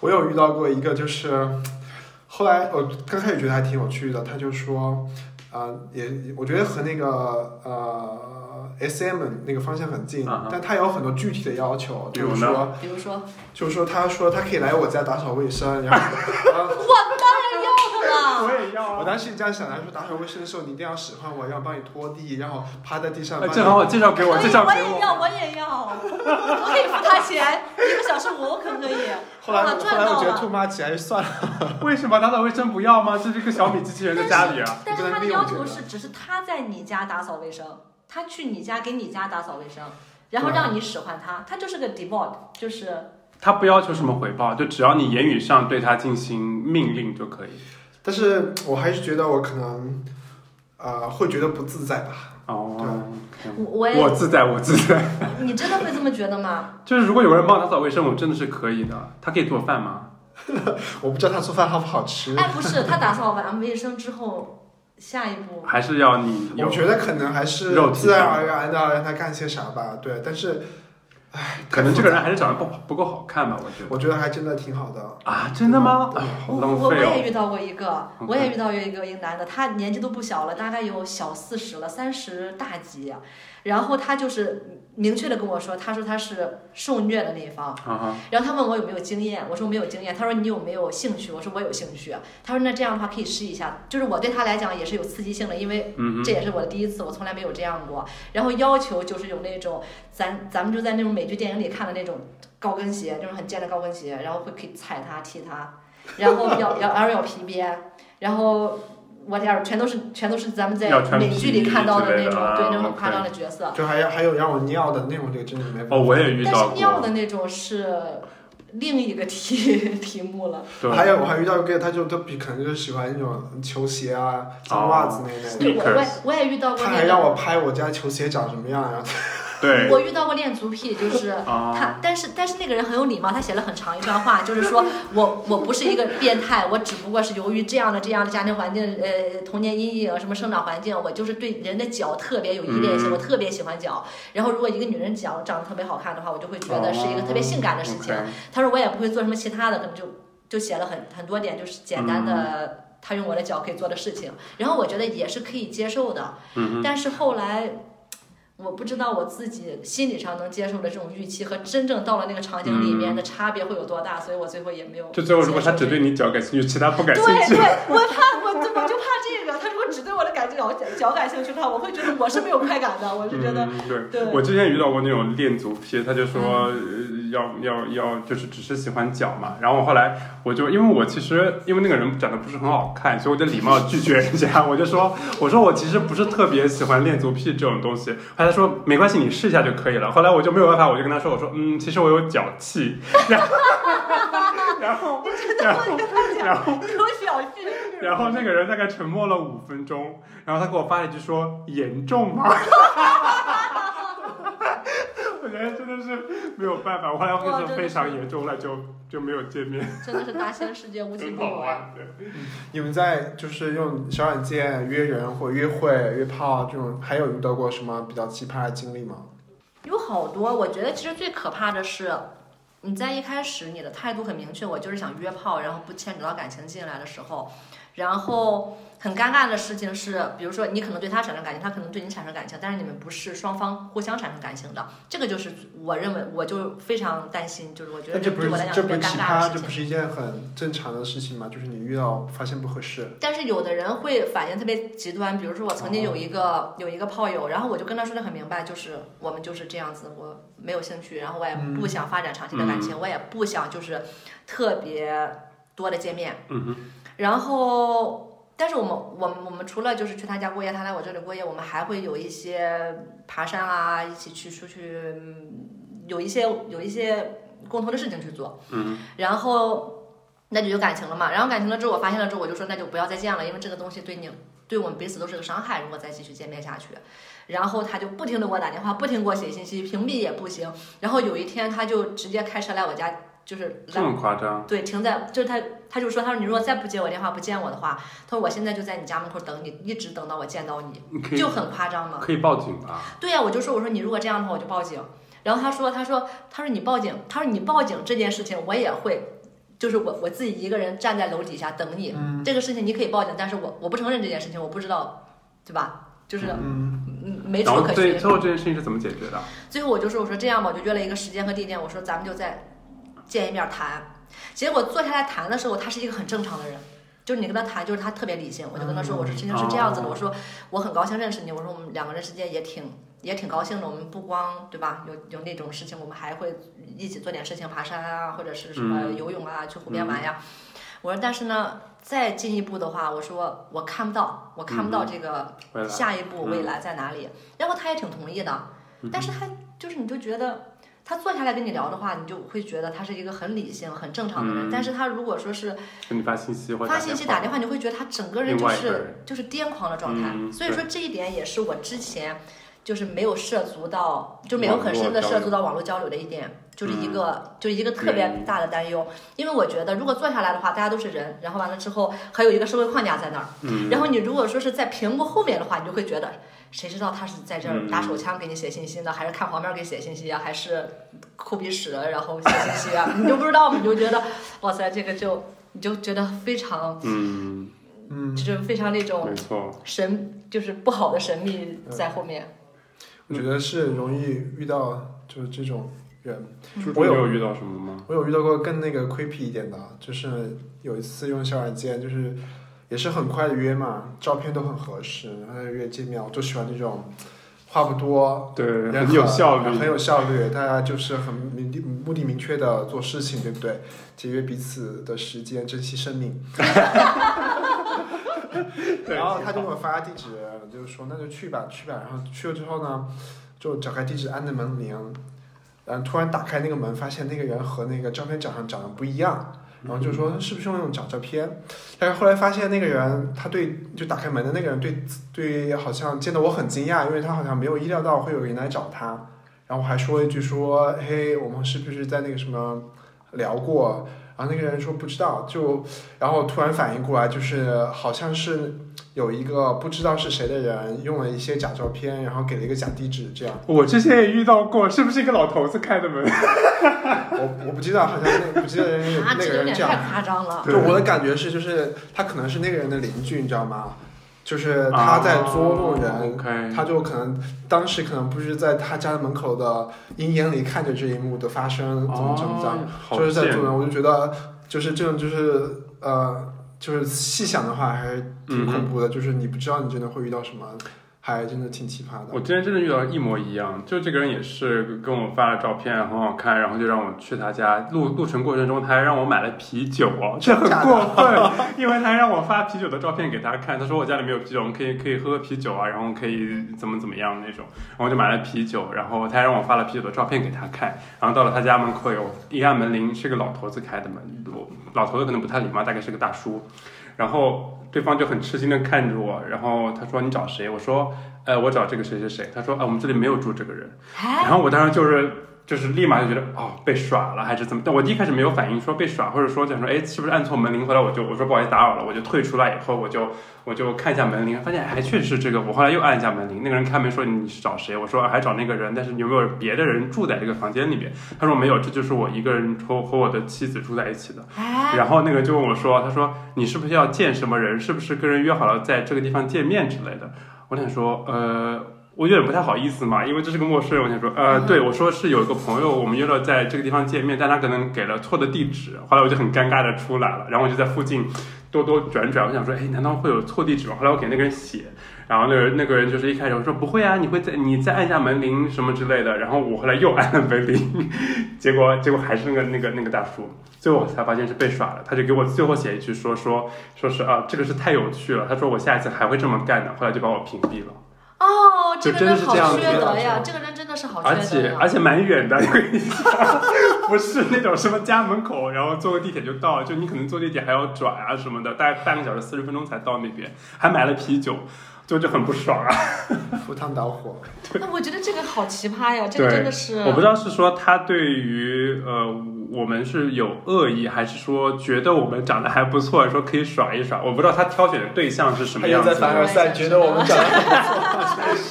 [SPEAKER 1] 我有遇到过一个，就是后来我刚开始觉得还挺有趣的，他就说，啊、也我觉得和那个呃 S M 那个方向很近，
[SPEAKER 2] 啊哈
[SPEAKER 1] 但他有很多具体的要求，
[SPEAKER 2] 比
[SPEAKER 1] 就
[SPEAKER 2] 如
[SPEAKER 1] 是
[SPEAKER 2] 呢
[SPEAKER 1] 说，
[SPEAKER 3] 比如 说，
[SPEAKER 1] 就是说他说他可以来我家打扫卫生，然 后然后
[SPEAKER 3] 要的 啦，
[SPEAKER 2] 我也要啊
[SPEAKER 1] 我！当时这样想的，说打扫卫生的时候你一定要使唤我，要帮你拖地，然后趴在地上
[SPEAKER 2] 哎
[SPEAKER 1] 帮你。
[SPEAKER 2] 正好我介绍给我，
[SPEAKER 3] 可
[SPEAKER 2] 介
[SPEAKER 3] 以，
[SPEAKER 2] 绍
[SPEAKER 3] 哎我
[SPEAKER 2] 给
[SPEAKER 3] 也要，我也要，我可以付他钱，一个小时我可不可以？
[SPEAKER 1] 后来
[SPEAKER 3] 啊
[SPEAKER 1] 后
[SPEAKER 3] 赚
[SPEAKER 1] 来我
[SPEAKER 3] 到
[SPEAKER 1] 觉得
[SPEAKER 3] 了。
[SPEAKER 1] 兔妈起来就算了，
[SPEAKER 2] 为什么打扫卫生不要吗？这是一个小米机器人在家里啊。
[SPEAKER 3] 但是
[SPEAKER 1] 不能
[SPEAKER 3] 他的
[SPEAKER 1] 利用
[SPEAKER 3] 要
[SPEAKER 1] 这
[SPEAKER 3] 求
[SPEAKER 1] 个
[SPEAKER 3] 是，只是他在你家打扫卫生，他去你家给你家打扫卫生，然后
[SPEAKER 1] 啊
[SPEAKER 3] 让你使唤他，他就是个 default，就是
[SPEAKER 2] 他不要求什么回报，就只要你言语上对他进行命令就可以。
[SPEAKER 1] 但是我还是觉得我可能，呃，会觉得不自在吧。
[SPEAKER 2] 哦，
[SPEAKER 3] 我我
[SPEAKER 2] 我
[SPEAKER 3] 也，
[SPEAKER 2] 自在，我自在。
[SPEAKER 3] 你真的会这么觉得吗？
[SPEAKER 2] 就是如果有个人帮我打扫卫生，我真的是可以的。他可以做饭吗？
[SPEAKER 1] 我不知道他做饭好不好吃，
[SPEAKER 3] 哎，不是，他打扫完卫生之后，下一步
[SPEAKER 2] 还是要你有
[SPEAKER 1] 我？觉得可能还是
[SPEAKER 2] 肉体
[SPEAKER 1] 自然而然的让他干些啥吧。对，但是，唉，
[SPEAKER 2] 可能这个人还是长得不不够好看吧？我觉
[SPEAKER 1] 我觉得还真的挺好的。嗯
[SPEAKER 2] 得啊，真的吗？
[SPEAKER 1] 对
[SPEAKER 2] 啊好
[SPEAKER 3] 我
[SPEAKER 2] 浪
[SPEAKER 3] 我我
[SPEAKER 2] 费
[SPEAKER 3] 也
[SPEAKER 2] 哦。
[SPEAKER 3] 遇到过一个，
[SPEAKER 2] OK
[SPEAKER 3] 我也遇到过一个一个男的，他年纪都不小了，大概有小四十了，三十大几。啊然后他就是明确的跟我说，他说他是受虐的那一方。
[SPEAKER 2] 啊哈，
[SPEAKER 3] 然后他问我有没有经验，我说没有经验。他说你有没有兴趣？我说我有兴趣。啊他说那这样的话可以试一下，就是我对他来讲也是有刺激性的，因为
[SPEAKER 2] 嗯
[SPEAKER 3] 这
[SPEAKER 2] 哼，
[SPEAKER 3] 也是我的第一次，我从来没有这样过。然后要求就是有那种咱咱们就在那种美剧电影里看的那种高跟鞋，就是很尖的高跟鞋，然后会可以踩它踢它，然 后要要还要有皮鞭，然后我天儿，全都是全都是咱们在
[SPEAKER 2] 要穿
[SPEAKER 3] 美剧里
[SPEAKER 2] 皮
[SPEAKER 3] 看到
[SPEAKER 2] 之
[SPEAKER 3] 的
[SPEAKER 2] 类
[SPEAKER 3] 那
[SPEAKER 2] 的
[SPEAKER 3] 种
[SPEAKER 2] 啊
[SPEAKER 3] 对那种
[SPEAKER 2] OK
[SPEAKER 3] 夸张的角色。
[SPEAKER 1] 就还有还有让我尿的那种，这个真的没办法。
[SPEAKER 2] 哦，我也遇
[SPEAKER 3] 但
[SPEAKER 2] 到
[SPEAKER 3] 是尿
[SPEAKER 2] 过。
[SPEAKER 3] 的那种是另一个 题题目了。
[SPEAKER 2] 对，
[SPEAKER 1] 还有我还遇到一个，他就他比可能就喜欢那种球鞋啊、脏袜子那类的。
[SPEAKER 3] 对，我我也
[SPEAKER 2] Sneakers
[SPEAKER 3] 我也遇到过
[SPEAKER 1] 他
[SPEAKER 3] 那
[SPEAKER 1] 还让
[SPEAKER 3] 种，
[SPEAKER 1] 我拍我家球鞋长什么样，然后
[SPEAKER 2] 对
[SPEAKER 3] 我遇到过恋足癖，就是。
[SPEAKER 2] 啊
[SPEAKER 3] 他，但是但是那个人很有礼貌，他写了很长一段话，就是 说我我不是一个变态，我只不过是由于这样的这样的家庭环境，呃，童年阴影什么生长环境，我就是对人的脚特别有依恋性，
[SPEAKER 2] 嗯
[SPEAKER 3] 我特别喜欢脚。然后如果一个女人脚长得特别好看的话，我就会觉得是一个特别性感的事情。
[SPEAKER 2] 嗯 OK
[SPEAKER 3] 他说我也不会做什么其他的，可能就就写了很很多点，就是简单
[SPEAKER 2] 嗯
[SPEAKER 3] 的他用我的脚可以做的事情，然后我觉得也是可以接受的，
[SPEAKER 2] 嗯哼，
[SPEAKER 3] 但是后来。我不知道我自己心理上能接受的这种预期和真正到了那个场景里面的差别会有多大，所以我最后也没有。
[SPEAKER 2] 嗯就最后如果他只对
[SPEAKER 3] 你
[SPEAKER 2] 你脚感兴趣，其他不
[SPEAKER 3] 对
[SPEAKER 2] 感兴趣
[SPEAKER 3] 对，，我怕我我就怕这个，他如果只对我的感觉脚脚感兴趣的话，我会觉得我是没有快感的，我就觉得
[SPEAKER 2] 嗯、对。
[SPEAKER 3] 对。
[SPEAKER 2] 我之前遇到过那种恋足癖，他就说、呃要要要，就是只是喜欢脚嘛。然后我后来我就因为我其实因为那个人长得不是很好看，所以我就礼貌地拒绝人家，我就说我说我其实不是特别喜欢恋足癖这种东西。后来他说没关系，你试一下就可以了。后来我就没有办法，我就跟他说我说嗯，其实我有脚气。然后嗯然 后然后
[SPEAKER 3] 有小气。
[SPEAKER 2] 然后那个人大概沉默了五分钟，然后他给我发了一句说：“严重吗？” 我觉得真的是没有办法，我后来
[SPEAKER 3] 哇
[SPEAKER 2] 会
[SPEAKER 3] 真的
[SPEAKER 2] 是
[SPEAKER 3] 是
[SPEAKER 2] 非常严重了，就就没有见面，
[SPEAKER 3] 真的是大千世界无奇
[SPEAKER 2] 很
[SPEAKER 3] 不
[SPEAKER 2] 好
[SPEAKER 3] 有呀。啊
[SPEAKER 2] 玩。对，
[SPEAKER 1] 你们在就是用小软件约人或约会、约炮这种，还有遇到过什么比较奇葩的经历吗？
[SPEAKER 3] 有好多，我觉得其实最可怕的是，你在一开始你的态度很明确，我就是想约炮，然后不牵扯到感情进来的时候，然后很尴尬的事情是，比如说你可能对他产生感情，他可能对你产生感情，但是你们不是双方互相产生感情的，这个就是我认为我就非常担心，就是我觉得
[SPEAKER 1] 但这不
[SPEAKER 3] 对
[SPEAKER 1] 是
[SPEAKER 3] 我来讲
[SPEAKER 1] 这
[SPEAKER 3] 特
[SPEAKER 1] 不
[SPEAKER 3] 别
[SPEAKER 1] 是
[SPEAKER 3] 尴
[SPEAKER 1] 奇
[SPEAKER 3] 尬的
[SPEAKER 1] 葩，
[SPEAKER 3] 事
[SPEAKER 1] 这
[SPEAKER 3] 情
[SPEAKER 1] 不。是一件很正常的事情嘛？就是你遇到发现不合适，
[SPEAKER 3] 但是有的人会反应特别极端，比如说我曾经有一个有一个炮友，然后我就跟他说的很明白，就是我们就是这样子，我没有兴趣，然后我也不想发展长期的感情，我也不想就是特别多的见面。
[SPEAKER 2] 嗯哼，
[SPEAKER 3] 然后，但是我们我们我们除了就是去他家过夜，他来我这里过夜，我们还会有一些爬山啊，一起去出去，嗯有一些有一些共同的事情去做。
[SPEAKER 2] 嗯，
[SPEAKER 3] 然后。那就有感情了嘛，然后感情了之后，我发现了之后，我就说那就不要再见了，因为这个东西对你对我们彼此都是个伤害。如果再继续见面下去，然后他就不停的给我打电话，不停给我写信息，屏蔽也不行。然后有一天他就直接开车来我家，就是来
[SPEAKER 2] 这么夸张？
[SPEAKER 3] 对，停在就是他，他就说，他说你如果再不接我电话，不见我的话，他说我现在就在你家门口等你，一直等到我见到 你，
[SPEAKER 2] 你可以
[SPEAKER 3] 就很夸张嘛。
[SPEAKER 2] 可以报警吧？
[SPEAKER 3] 对呀、我就说我说你如果这样的话，我就报警。然后他说他说他说你报警，他说你报警这件事情我也会，就是我我自己一个人站在楼底下等你，
[SPEAKER 1] 嗯
[SPEAKER 3] 这个事情你可以报警，但是我我不承认这件事情，我不知道，对吧？就是
[SPEAKER 1] 嗯，
[SPEAKER 3] 嗯没
[SPEAKER 2] 然
[SPEAKER 3] 处
[SPEAKER 2] 后
[SPEAKER 3] 可
[SPEAKER 2] 最
[SPEAKER 3] 寻
[SPEAKER 2] 最。后这件事情是怎么解决的？
[SPEAKER 3] 最后我就说，我说这样吧，我就约了一个时间和地点，我说咱们就再见一面谈。结果坐下来谈的时候，他是一个很正常的人，就是你跟他谈，就是他特别理性。我就跟他说，
[SPEAKER 1] 嗯
[SPEAKER 3] 我说事情是这样子的，
[SPEAKER 2] 哦
[SPEAKER 3] 我说我很高兴认识你，我说我们两个人之间也挺也挺高兴的，我们不光对吧，有有那种事情，我们还会一起做点事情，爬山啊，或者是什么
[SPEAKER 2] 嗯
[SPEAKER 3] 游泳啊，去湖边玩呀。我说，但是呢，再进一步的话，我说我看不到，我看不
[SPEAKER 2] 嗯
[SPEAKER 3] 到这个
[SPEAKER 2] 未来
[SPEAKER 3] 下一步
[SPEAKER 2] 嗯
[SPEAKER 3] 未来在哪里？然后他也挺同意的，但是他就是你就觉得他坐下来跟你聊的话，你就会觉得他是一个很理性、很正常的人。
[SPEAKER 2] 嗯
[SPEAKER 3] 但是他如果说是
[SPEAKER 2] 给你发信息或者
[SPEAKER 3] 发信息打电话，你会觉得他整个人
[SPEAKER 2] 另
[SPEAKER 3] 就
[SPEAKER 2] 外一个
[SPEAKER 3] 是
[SPEAKER 2] 人
[SPEAKER 3] 就是癫狂的状态。
[SPEAKER 2] 嗯
[SPEAKER 3] 所以说这一点也是我之前就是没有涉足到，就没
[SPEAKER 2] 网
[SPEAKER 3] 有
[SPEAKER 2] 络
[SPEAKER 3] 很深的
[SPEAKER 2] 交
[SPEAKER 3] 涉
[SPEAKER 2] 流
[SPEAKER 3] 足到网络交流的一点，就是一
[SPEAKER 2] 嗯
[SPEAKER 3] 个、就是一个特别
[SPEAKER 2] 原因
[SPEAKER 3] 大的担忧。因为我觉得如果坐下来的话，大家都是人，然后完了之后还有一个社会框架在那儿。
[SPEAKER 2] 嗯，
[SPEAKER 3] 然后你如果说是在屏幕后面的话，你就会觉得，谁知道他是在这儿
[SPEAKER 2] 嗯
[SPEAKER 3] 打手枪给你写信息呢，还是看黄片给写信息啊，还是抠鼻屎然后写信息啊？ 你就不知道，你就觉得，哇塞，这个就你就觉得非常
[SPEAKER 2] 嗯，
[SPEAKER 1] 嗯
[SPEAKER 3] 就是非常那种
[SPEAKER 2] 没错，
[SPEAKER 3] 神，就是不好的神秘在后面。
[SPEAKER 1] 我
[SPEAKER 2] 嗯
[SPEAKER 1] 觉得是容易遇到就是这种人。
[SPEAKER 2] 猪
[SPEAKER 1] 我
[SPEAKER 2] 猪
[SPEAKER 1] 有
[SPEAKER 2] 没有遇到什么吗？
[SPEAKER 1] 我有遇到过更那个 creepy 一点的，就是有一次用小软件，就是也是很快的约嘛，照片都很合适，然后约见面，我就喜欢这种话不多，
[SPEAKER 2] 对，
[SPEAKER 1] 也
[SPEAKER 2] 很有效率
[SPEAKER 1] 很，有效率，大家就是很明目的明确的做事情，对不对？节约彼此的时间，珍惜生命。
[SPEAKER 2] 对
[SPEAKER 1] 然后他就给我发地址，就是说那就去吧，去吧。然后去了之后呢，就找开地址按的门铃，然后突然打开那个门，发现那个人和那个照片长上长得不一样，然后就说是不是用那种假照片？但是后来发现那个人，他对就打开门的那个人对对，好像见得我很惊讶，因为他好像没有意料到会有人来找他，然后我还说了一句说嘿，我们是不是在那个什么聊过？然后那个人说不知道，就然后突然反应过来，就是好像是有一个不知道是谁的人用了一些假照片，然后给了一个假地址，这样
[SPEAKER 2] 我之前也遇到过，是不是一个老头子开的门？
[SPEAKER 1] 我我不知道，好像那不记得那个
[SPEAKER 3] 啊，
[SPEAKER 1] 嗯那
[SPEAKER 3] 这
[SPEAKER 1] 个人
[SPEAKER 3] 有点
[SPEAKER 1] 这样
[SPEAKER 3] 太夸张了。
[SPEAKER 1] 就我的感觉是，就是他可能是那个人的邻居，你知道吗？就是他
[SPEAKER 2] 啊
[SPEAKER 1] 在捉弄人，
[SPEAKER 2] ，OK，
[SPEAKER 1] 他就可能当时可能不是在他家门口的阴影里看着这一幕的发生，怎么怎么
[SPEAKER 2] 哦
[SPEAKER 1] 着，
[SPEAKER 2] 好
[SPEAKER 1] 就是在
[SPEAKER 2] 贱
[SPEAKER 1] 捉弄。我就觉得，就是这种就是呃，就是细想的话还是挺恐怖的，就是你不知道你真的会遇到什么，还真的挺奇葩的。
[SPEAKER 2] 我之前真的遇到一模一样，就这个人也是跟我发了照片，很好看，然后就让我去他家。路路程过程中，他还让我买了啤酒哦，这很过分，因为他还让我发啤酒的照片给他看，他说我家里没有啤酒，我们可以可以喝喝啤酒啊，然后可以怎么怎么样那种，然后我就买了啤酒，然后他还让我发了啤酒的照片给他看，然后到了他家门口有一按门铃，是个老头子开的门，我老头子可能不太礼貌，大概是个大叔，然后对方就很吃惊的看着我，然后他说你哎找谁？我说。呃，我找这个谁谁谁，他说啊，我们这里没有住这个人。
[SPEAKER 3] 哎
[SPEAKER 2] 然，后我当时就是就是立马就觉得哦被耍了还是怎么？但我一开始没有反应说被耍，或者说想说哎是不是按错门铃？后来我就我说不好意思打扰了，我就退出来以后我就我就看一下门铃，发现还确实是这个。我后来又按一下门铃，那个人开门说你是找谁？我说啊还找那个人，但是有没有别的人住在这个房间里面？他说没有，这就是我一个人和和我的妻子住在一起的。
[SPEAKER 3] 哎，
[SPEAKER 2] 然后那个就问我说，他说你是不是要见什么人？是不是跟人约好了在这个地方见面之类的？我想说，呃，我有点不太好意思嘛，因为这是个陌生人。我想说，呃，
[SPEAKER 3] 嗯
[SPEAKER 2] 对我说是有一个朋友，我们约了在这个地方见面，但他可能给了错的地址，后来我就很尴尬的出来了，然后我就在附近兜兜转转，我想说，哎，难道会有错地址吗？后来我给那个人写。然后那个那个人就是一开始我说不会啊，你会再你再按一下门铃什么之类的，然后我后来又按了门铃，结果结果还是那个那个那个大叔，最后我才发现是被耍了，他就给我最后写一句说说说是啊，这个是太有趣了，他说我下一次还会这么干的，后来就把我屏蔽了，
[SPEAKER 3] 哦，这
[SPEAKER 2] 就
[SPEAKER 3] 个
[SPEAKER 2] 真的
[SPEAKER 3] 人
[SPEAKER 2] 是
[SPEAKER 3] 好
[SPEAKER 2] 这样
[SPEAKER 3] 缺
[SPEAKER 1] 子
[SPEAKER 3] 德
[SPEAKER 1] 的
[SPEAKER 3] 呀！这个人哦真的是好缺
[SPEAKER 2] 而
[SPEAKER 3] 德
[SPEAKER 2] 且
[SPEAKER 3] 呀。
[SPEAKER 2] 而且蛮远的，不是那种什么家门口，然后坐个地铁就到，就你可能坐地铁还要转啊什么的，大概半个小时四十分钟才到那边，还买了啤酒，就就很不爽啊。
[SPEAKER 1] 赴汤蹈火。
[SPEAKER 3] 那我觉得这个好奇葩呀，这个真的是
[SPEAKER 2] 我不知道是说他对于呃我们是有恶意，还是说觉得我们长得还不错，说可以耍一耍。我不知道他挑选的对象是什么
[SPEAKER 1] 他
[SPEAKER 2] 样
[SPEAKER 1] 又在
[SPEAKER 2] 子
[SPEAKER 1] 凡
[SPEAKER 2] 的。
[SPEAKER 1] 尔赛，觉得我们长得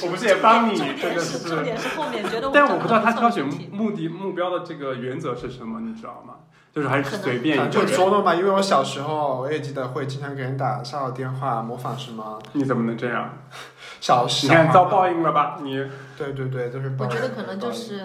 [SPEAKER 2] 我不是也帮你，
[SPEAKER 3] 哎重
[SPEAKER 2] 真
[SPEAKER 3] 点
[SPEAKER 2] 的
[SPEAKER 3] 是重点是后面觉得
[SPEAKER 2] 但
[SPEAKER 3] 我
[SPEAKER 2] 我不知道他挑选
[SPEAKER 3] 真的很不错
[SPEAKER 2] 目的目标的这个原则是什么，你知道吗？就是还是随便
[SPEAKER 1] 反
[SPEAKER 2] 一个
[SPEAKER 1] 正就
[SPEAKER 2] 人。
[SPEAKER 1] 捉弄吧。因为我小时候，我也记得会经常给人打骚扰电话，模仿什么
[SPEAKER 2] 你怎么能这样？
[SPEAKER 1] 小
[SPEAKER 2] 你
[SPEAKER 1] 小
[SPEAKER 2] 看遭报
[SPEAKER 1] 应。
[SPEAKER 2] 应了吧？你
[SPEAKER 1] 对对对，就是报应。
[SPEAKER 3] 我觉得可能就
[SPEAKER 1] 报应
[SPEAKER 3] 是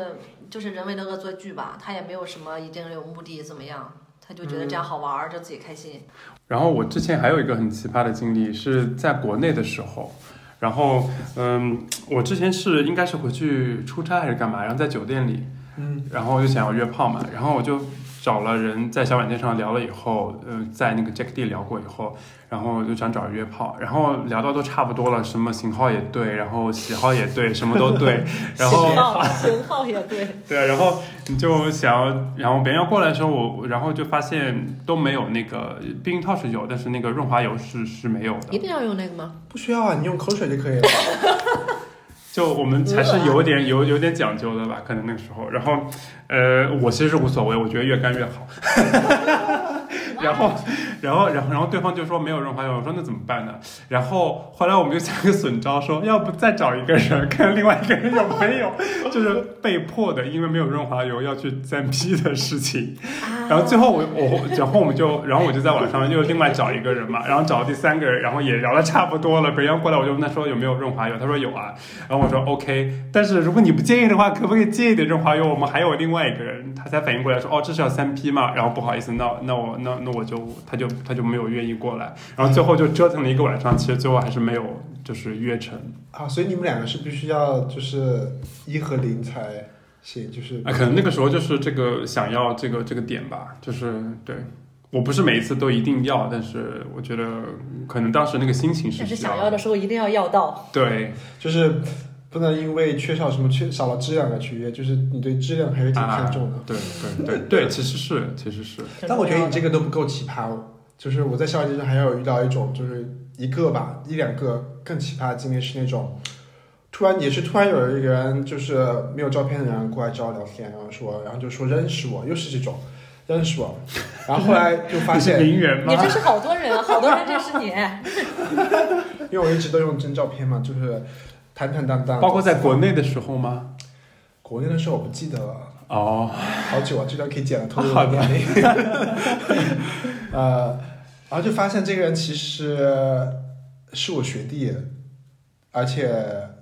[SPEAKER 3] 就是人为的恶作剧吧，他也没有什么一定有目的怎么样，他就觉得这
[SPEAKER 2] 嗯
[SPEAKER 3] 样好玩儿，就自己开心。
[SPEAKER 2] 然后我之前还有一个很奇葩的经历，是在国内的时候。然后，嗯，我之前是应该是回去出差还是干嘛，然后在酒店里，
[SPEAKER 1] 嗯，
[SPEAKER 2] 然后我就想要约炮嘛，然后我就找了人在小软件上聊了以后，呃，在那个 Jack D 聊过以后，然后我就想找人约炮，然后聊到都差不多了，什么型号也对，然后喜好也对，什么都对，然后
[SPEAKER 3] 型 号型号也对，
[SPEAKER 2] 对啊，然后你就想要，然后别人要过来的时候，我我然后就发现都没有那个避孕套是有，但是那个润滑油是是没有
[SPEAKER 3] 一
[SPEAKER 2] 的。
[SPEAKER 3] 定要用那个吗？
[SPEAKER 1] 不需要啊，你用口水就可以了。
[SPEAKER 2] 就我们还是有点有有点讲究的吧，可能那个时候。然后，呃，我其实是无所谓，我觉得越干越好。然后，然后，然后，然后对方就说没有润滑油，我说那怎么办呢？然后后来我们就想个损招说，要不再找一个人看另外一个人有没有，就是被迫的，因为没有润滑油要去三 P 的事情。
[SPEAKER 3] 啊
[SPEAKER 2] 然后最后我我然后我们就然后我就在网上又另外找一个人嘛，然后找第三个人，然后也聊的差不多了，别人过来我就问他说有没有润滑油，他说有啊，然后我说 OK，但是如果你不介意的话，可不可以借一点润滑油？我们还有另外一个人，他才反应过来说哦这是要三 P 嘛，然后不好意思，那那我那那我就他就他就没有愿意过来，然后最后就折腾了一个晚上，其实最后还是没有就是约成，
[SPEAKER 1] 啊，所以你们两个是必须要就是一和零才行，就是
[SPEAKER 2] 啊，可能那个时候就是这个想要这个这个点吧，就是对我不是每一次都一定要，但是我觉得可能当时那个心情是
[SPEAKER 3] 但是
[SPEAKER 2] 需
[SPEAKER 3] 想要
[SPEAKER 2] 的。
[SPEAKER 3] 的时候一定要要 到。
[SPEAKER 2] 对，
[SPEAKER 1] 就是不能因为缺少什么缺少了质量而去约，就是你对质量还是挺看重的。
[SPEAKER 2] 对对对对，其实是其实是，
[SPEAKER 1] 但我觉得你这个都不够奇葩哦，就是我在校园里还有遇到一种就是一个吧一两个更奇葩的经历是那种。突然也是突然有一个人就是没有照片的人过来找我聊天，然后说，然后就说认识我，又是这种认识我，然后后来就发
[SPEAKER 2] 你哎是
[SPEAKER 1] 现，
[SPEAKER 2] 名媛吗
[SPEAKER 3] 你？这是好多人，啊，好多人认识 你。
[SPEAKER 1] 因为我一直都用真照片嘛，就是坦坦荡荡。
[SPEAKER 2] 包括在国内的时候吗？
[SPEAKER 1] 国内的时候我不记得了，
[SPEAKER 2] 哦，
[SPEAKER 1] 好久啊，这段可以剪 了，透露
[SPEAKER 2] 好的
[SPEAKER 1] 年龄。 呃，然后就发现这个人其实是我学弟，而且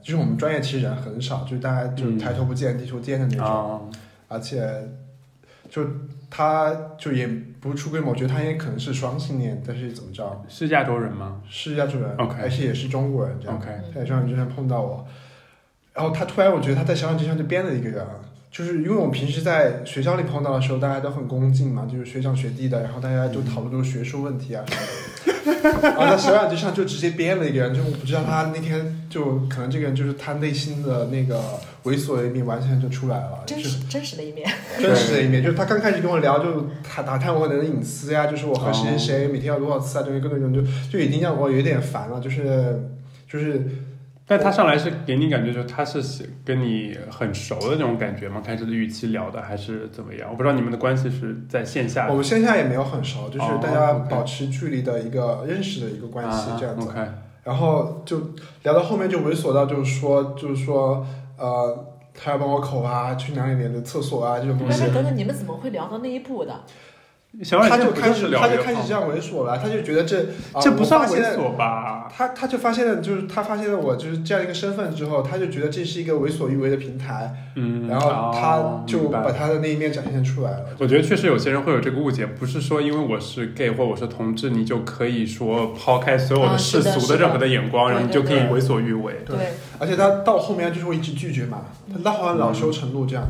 [SPEAKER 1] 就是我们专业其实人很少，就是大家就是
[SPEAKER 2] 嗯
[SPEAKER 1] 抬头不见低头见的那种，
[SPEAKER 2] 哦，
[SPEAKER 1] 而且就他就也不是出规模，我觉得他也可能是双性恋，但是怎么着
[SPEAKER 2] 是亚洲人吗
[SPEAKER 1] 是亚洲人
[SPEAKER 2] OK
[SPEAKER 1] 而且也是中国人这样。
[SPEAKER 2] ？OK，
[SPEAKER 3] 嗯
[SPEAKER 1] 在小软件上碰到我，然后他突然我觉得他在小软件上就变了一个人，就是因为我平时在学校里碰到的时候，大家都很恭敬嘛，就是学长学弟的，然后大家就讨论这种学术问题啊什么的。然后在小软件上就直接编了一个人，就我不知道他那天就可能这个人就是他内心的那个猥琐的一面完全就出来了，就
[SPEAKER 3] 真
[SPEAKER 1] 是
[SPEAKER 3] 实真实的一面，
[SPEAKER 1] 真实的一面，就是他刚开始跟我聊，就打打探我的隐私呀、就是我和谁谁谁每天要多少次啊，就是各种各种，就就已经让我有点烦了，就是就是
[SPEAKER 2] 但他上来是给你感觉，就是他是喜跟你很熟的那种感觉吗？开始的语气聊的还是怎么样？我不知道你们的关系是在线下
[SPEAKER 1] 我们线下也没有很熟，就是
[SPEAKER 2] 啊哦
[SPEAKER 1] 大家
[SPEAKER 2] OK
[SPEAKER 1] 保持距离的一个认识的一个关系
[SPEAKER 2] 啊
[SPEAKER 1] 这样子。
[SPEAKER 2] OK，
[SPEAKER 1] 然后就聊到后面就猥琐到就是说就是说呃，他要帮我口啊，去哪里哪里的厕所啊这种东
[SPEAKER 2] 但
[SPEAKER 1] 西
[SPEAKER 2] 是。
[SPEAKER 3] 等等，你们怎么会聊到那一步的？
[SPEAKER 2] 小冉
[SPEAKER 1] 他
[SPEAKER 2] 这
[SPEAKER 1] 就
[SPEAKER 2] 不
[SPEAKER 1] 开
[SPEAKER 2] 是
[SPEAKER 1] 始，
[SPEAKER 2] 聊
[SPEAKER 1] 他就
[SPEAKER 2] 约
[SPEAKER 1] 开始
[SPEAKER 2] 炮
[SPEAKER 1] 这样猥琐了，他就觉得这、啊
[SPEAKER 2] 这不算。
[SPEAKER 1] 我发
[SPEAKER 2] 猥
[SPEAKER 1] 现
[SPEAKER 2] 琐啊吧？
[SPEAKER 1] 他他就发现了，就是他发现了我就是这样一个身份之后，他就觉得这是一个为所欲为的平台，
[SPEAKER 2] 嗯，
[SPEAKER 1] 然后
[SPEAKER 2] 哦
[SPEAKER 1] 他就
[SPEAKER 2] 明白
[SPEAKER 1] 把他的那一面展现出来了。
[SPEAKER 2] 我觉得确实有些人会有这个误解，不是说因为我是 gay 或我是同志，你就可以说抛开所有
[SPEAKER 3] 啊是
[SPEAKER 2] 世
[SPEAKER 3] 的
[SPEAKER 2] 俗
[SPEAKER 3] 是的
[SPEAKER 2] 任何的眼光，然后你就可以
[SPEAKER 3] 对对
[SPEAKER 2] 为所欲为。
[SPEAKER 1] 对
[SPEAKER 3] 对，
[SPEAKER 1] 而且他到后面就是会一直拒绝嘛，他到后来恼羞成怒这样，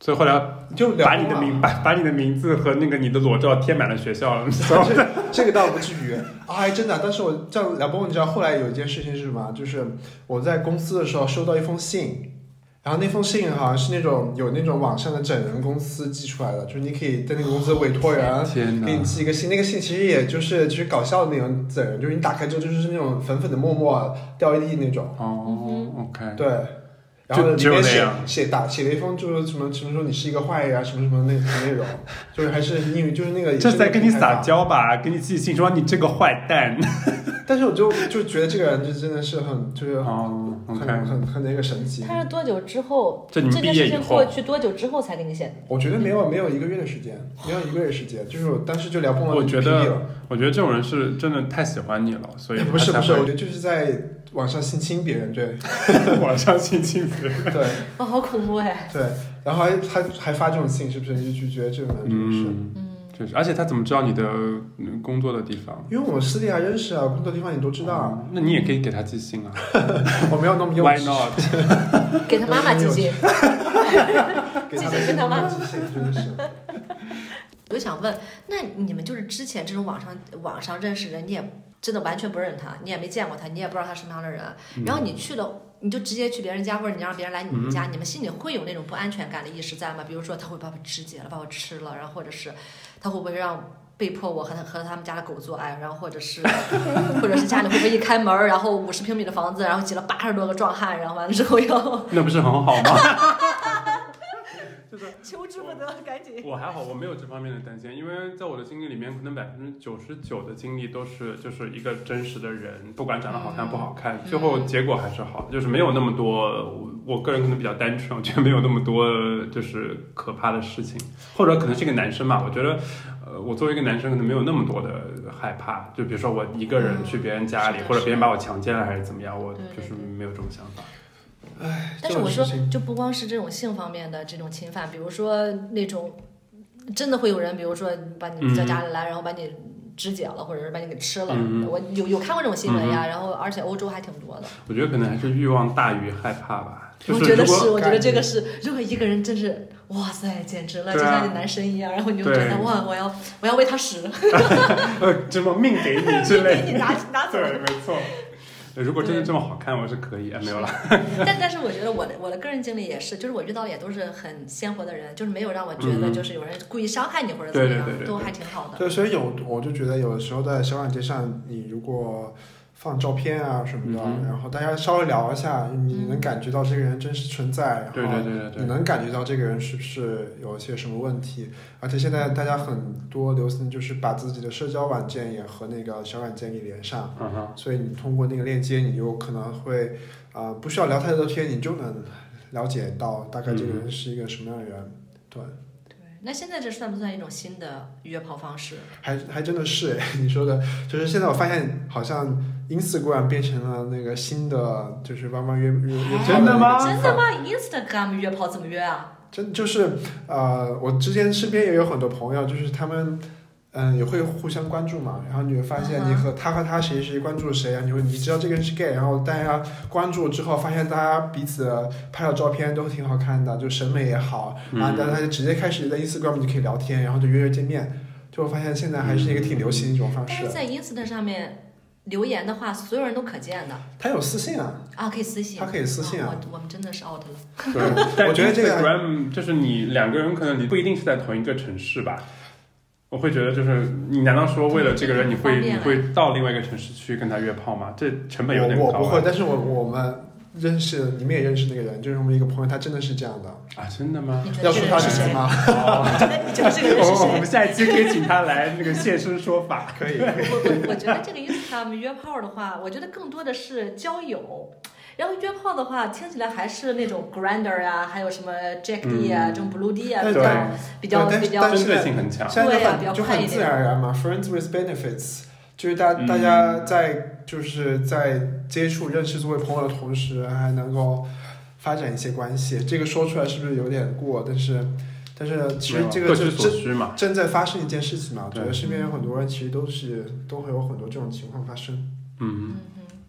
[SPEAKER 2] 所以后来
[SPEAKER 1] 就聊
[SPEAKER 2] 把你的名把把你的名字和那个你的裸照贴满了学校，所 有
[SPEAKER 1] 这这个倒不至于，哎，真的。但是我这样聊不过，你知道后来有一件事情是什么？就是我在公司的时候收到一封信，然后那封信好像是那种有那种网上的整人公司寄出来的，就是你可以在那个公司委托人
[SPEAKER 2] 天
[SPEAKER 1] 给你寄一个信，那个信其实也就是就是搞笑的那种整人，就是你打开之后就是那种粉粉的沫沫掉一地那种，
[SPEAKER 3] 嗯
[SPEAKER 2] 哦，OK，
[SPEAKER 1] 对。然后
[SPEAKER 2] 就只
[SPEAKER 1] 里
[SPEAKER 2] 有
[SPEAKER 1] 面
[SPEAKER 2] 那
[SPEAKER 1] 写
[SPEAKER 2] 样
[SPEAKER 1] 写打写了一封就是什么什么说你是一个坏人啊什么什么那内容，就是还是英语就是那个也
[SPEAKER 2] 这
[SPEAKER 1] 是
[SPEAKER 2] 在跟你
[SPEAKER 1] 那个平台
[SPEAKER 2] 撒
[SPEAKER 1] 嘛
[SPEAKER 2] 娇吧，给你寄信说你这个坏蛋。
[SPEAKER 1] 但是我就就觉得这个人就真的是很就是很、
[SPEAKER 2] 哦
[SPEAKER 1] 很
[SPEAKER 2] ，OK，
[SPEAKER 1] 很很那个神奇。
[SPEAKER 4] 他是多久之后？
[SPEAKER 2] 这你们
[SPEAKER 4] 这
[SPEAKER 2] 嗯毕
[SPEAKER 4] 件
[SPEAKER 2] 业
[SPEAKER 4] 事
[SPEAKER 2] 以
[SPEAKER 4] 情
[SPEAKER 2] 后
[SPEAKER 4] 过，去多久之后才给你写的？
[SPEAKER 1] 我觉得没有没有一个月的时间，没有一个月的时间，就是我当时就聊崩了
[SPEAKER 2] 我觉
[SPEAKER 1] PPT
[SPEAKER 2] 得
[SPEAKER 1] 了。
[SPEAKER 2] 我觉得这种人是真的太喜欢你了，所以
[SPEAKER 1] 哎不是
[SPEAKER 2] 他
[SPEAKER 1] 不是，
[SPEAKER 2] 才
[SPEAKER 1] 我
[SPEAKER 2] 会
[SPEAKER 1] 觉得就是在网上性侵别人， 对
[SPEAKER 2] 往上亲亲别人。
[SPEAKER 1] 对
[SPEAKER 3] 哦，好恐怖哎！
[SPEAKER 1] 对，然后还还还发这种信，是不是？你就觉得这种人真的是。
[SPEAKER 2] 嗯，
[SPEAKER 3] 嗯，
[SPEAKER 2] 确实，而且他怎么知道你的嗯工作的地方？
[SPEAKER 1] 因为我们私底下认识啊，工作地方你都知道 啊，
[SPEAKER 2] 哦那你也可以给他寄信啊。
[SPEAKER 1] 我没有那么幼
[SPEAKER 2] Why
[SPEAKER 1] 稚，
[SPEAKER 2] not？
[SPEAKER 3] 给他妈妈寄信。
[SPEAKER 1] 给他
[SPEAKER 3] 自己跟他 妈
[SPEAKER 1] 们寄信，真的是。
[SPEAKER 3] 我就想问，那你们就是之前这种网上网上认识人，你也真的完全不认他，你也没见过他，你也不知道他什么样的人，然后你去了，你就直接去别人家，或者你让别人来你们家，你们心里会有那种不安全感的意识在吗？比如说他会把我肢解了，把我吃了，然后或者是他会不会让被迫我和他和他们家的狗做爱，然后或者是或者是家里会不会一开门儿，然后五十平米的房子，然后挤了八十多个壮汉，然后完了之后要
[SPEAKER 2] 那不是很好吗？
[SPEAKER 3] 求之不得，赶紧。
[SPEAKER 2] 我还好，我没有这方面的担心，因为在我的经历里面，可能百分之九十九的经历都是就是一个真实的人，不管长得好看不好看，最后
[SPEAKER 3] 嗯
[SPEAKER 2] 结果还是好的，就是没有那么多。我我个人可能比较单纯，我觉得没有那么多就是可怕的事情，或者可能是一个男生嘛，我觉得。呃，我作为一个男生，可能没有那么多的害怕。就比如说我一个人去别人家
[SPEAKER 3] 嗯
[SPEAKER 2] 里，
[SPEAKER 3] 是的
[SPEAKER 2] 或者别人
[SPEAKER 3] 是的
[SPEAKER 2] 把我强奸了还是怎么样，我
[SPEAKER 3] 对对
[SPEAKER 2] 就是
[SPEAKER 3] 对
[SPEAKER 2] 没有这种想法。
[SPEAKER 1] 唉，哎
[SPEAKER 3] 但
[SPEAKER 1] 这
[SPEAKER 3] 是
[SPEAKER 1] 种
[SPEAKER 3] 我
[SPEAKER 1] 事
[SPEAKER 3] 说
[SPEAKER 1] 情，，
[SPEAKER 3] 就不光是这种性方面的这种侵犯，比如说那种真的会有人，比如说把你叫家里来，然后把你肢解了，或者是把你给吃了。
[SPEAKER 2] 嗯
[SPEAKER 3] 我有有看过这种新闻呀，然后而且欧洲还挺多的。
[SPEAKER 2] 我觉得可能还是欲望大于害怕吧。就是
[SPEAKER 3] 我觉得
[SPEAKER 2] 如果
[SPEAKER 3] 是，我觉
[SPEAKER 1] 感
[SPEAKER 3] 得
[SPEAKER 1] 觉
[SPEAKER 3] 这个是，如果一个人真是哇塞，简直了，
[SPEAKER 2] 对
[SPEAKER 3] 就
[SPEAKER 2] 啊
[SPEAKER 3] 像你男神一样，然后你就觉得
[SPEAKER 2] 对
[SPEAKER 3] 哇，我要我要为他使，
[SPEAKER 2] 呃，什么命给你之类
[SPEAKER 3] 给你
[SPEAKER 2] 的。
[SPEAKER 3] 拿拿走。
[SPEAKER 2] 对，没错。如果真的这么好看，我是可以。哎，没有啦。
[SPEAKER 3] 但但是我觉得我的我的个人经历也是，就是我遇到的也都是很鲜活的人，就是没有让我觉得
[SPEAKER 2] 嗯
[SPEAKER 3] 就是有人故意伤害你或者怎
[SPEAKER 2] 对
[SPEAKER 3] 么
[SPEAKER 2] 对
[SPEAKER 3] 样，
[SPEAKER 2] 对对
[SPEAKER 3] 都
[SPEAKER 2] 对
[SPEAKER 3] 还挺好的。
[SPEAKER 1] 对，所以有我就觉得有的时候在小软件上，你如果放照片啊什么的，
[SPEAKER 2] 嗯哼
[SPEAKER 1] 然后大家稍微聊一下，你
[SPEAKER 3] 嗯
[SPEAKER 1] 能感觉到这个人真实存在，
[SPEAKER 2] 对
[SPEAKER 1] 然
[SPEAKER 2] 对
[SPEAKER 1] 后
[SPEAKER 2] 对对
[SPEAKER 1] 你
[SPEAKER 2] 对。
[SPEAKER 1] 能感觉到这个人是不是有一些什么问题？而且现在大家很多流行就是把自己的社交软件也和那个小软件给连上，
[SPEAKER 2] 嗯哼，
[SPEAKER 1] 所以你通过那个链接，你有可能会啊、呃不需要聊太多天，你就能了解到大概这
[SPEAKER 2] 嗯
[SPEAKER 1] 个人是一个什么样的人。对，
[SPEAKER 3] 对，那现在这算不算一种新的约炮方式？
[SPEAKER 1] 还还真的是哎， 你说的，就是现在我发现好像 Instagram 变成了那个新的，就是慢慢约约约炮
[SPEAKER 2] 真的吗
[SPEAKER 1] 那个地
[SPEAKER 3] 真
[SPEAKER 1] 方
[SPEAKER 3] 的？吗？Instagram 约炮怎么约啊？
[SPEAKER 1] 真就是呃，我之前身边也有很多朋友，就是他们。嗯，也会互相关注嘛，然后你会发现
[SPEAKER 3] 嗯哼
[SPEAKER 1] 你和他和他谁谁关注谁啊，你会你知道这个人是 gay，然后大家关注之后，发现大家彼此拍的照片都挺好看的，就审美也好，
[SPEAKER 2] 嗯
[SPEAKER 1] 然后大家就直接开始在 Instagram 就可以聊天，然后就约约见面，就会发现现在还是一个挺流行的一种方
[SPEAKER 3] 但
[SPEAKER 1] 式
[SPEAKER 3] 是。在 Insta 上面留言的话，所有人都可见的
[SPEAKER 1] 他有私信啊，
[SPEAKER 3] 啊，可以私信。哦
[SPEAKER 1] 他可以私信啊
[SPEAKER 3] 我我们真的是 out 了。
[SPEAKER 2] 对。但
[SPEAKER 1] 我觉得这个
[SPEAKER 2] Instagram 就是你两个人可能你不一定是在同一个城市吧。我会觉得就是你难道说为了这个人你会
[SPEAKER 5] 这个
[SPEAKER 2] 你
[SPEAKER 5] 很方便
[SPEAKER 2] 会到另外一个城市去跟他约炮吗？这成本有点
[SPEAKER 1] 我
[SPEAKER 2] 高、
[SPEAKER 1] 我
[SPEAKER 2] 啊。
[SPEAKER 1] 不会，但是我我们认识，你们也认识那个人，就是我们一个朋友，他真的是这样的。
[SPEAKER 2] 啊，真的吗？哦
[SPEAKER 5] 你觉
[SPEAKER 1] 要
[SPEAKER 5] 得这
[SPEAKER 1] 说
[SPEAKER 5] 个
[SPEAKER 1] 他
[SPEAKER 5] 人
[SPEAKER 1] 是
[SPEAKER 5] 是
[SPEAKER 1] 谁
[SPEAKER 5] 谁？
[SPEAKER 1] 吗？
[SPEAKER 5] 你觉得你觉得这 个人是
[SPEAKER 2] 我我
[SPEAKER 5] 谁
[SPEAKER 2] 们？下一期可以请他来那个现身说法。
[SPEAKER 1] 可以，可以。
[SPEAKER 3] 我我我觉得这个 Instagram 约炮的话，我觉得更多的是交友。然后约炮的话，听起来还是那种 Grander 啊，还有什么 Jack D 啊，这种 Blue D 啊，
[SPEAKER 1] 嗯对
[SPEAKER 3] 比
[SPEAKER 2] 对，
[SPEAKER 3] 较比较
[SPEAKER 1] 但是
[SPEAKER 3] 比 较
[SPEAKER 1] 但是
[SPEAKER 2] 针对性很强。
[SPEAKER 1] 现在
[SPEAKER 3] 对
[SPEAKER 1] 就
[SPEAKER 3] 啊
[SPEAKER 1] 很、
[SPEAKER 3] 比较
[SPEAKER 1] 就
[SPEAKER 3] 快
[SPEAKER 1] 很
[SPEAKER 3] 一
[SPEAKER 1] 自
[SPEAKER 3] 点
[SPEAKER 1] 然而然嘛，friends with benefits，就是大大
[SPEAKER 2] 嗯
[SPEAKER 1] 家在就是在接触、认识作为朋友的同时，还能够发展一些关系。这个说出来是不是有点过？但是，但是其实这个
[SPEAKER 2] 啊各
[SPEAKER 1] 就
[SPEAKER 2] 取所
[SPEAKER 1] 真
[SPEAKER 2] 需嘛。
[SPEAKER 1] 正在发生一件事情嘛。我觉得
[SPEAKER 2] 对
[SPEAKER 1] 身边有很多人其实都是都会有很多这种情况发生。
[SPEAKER 2] 嗯，
[SPEAKER 5] 嗯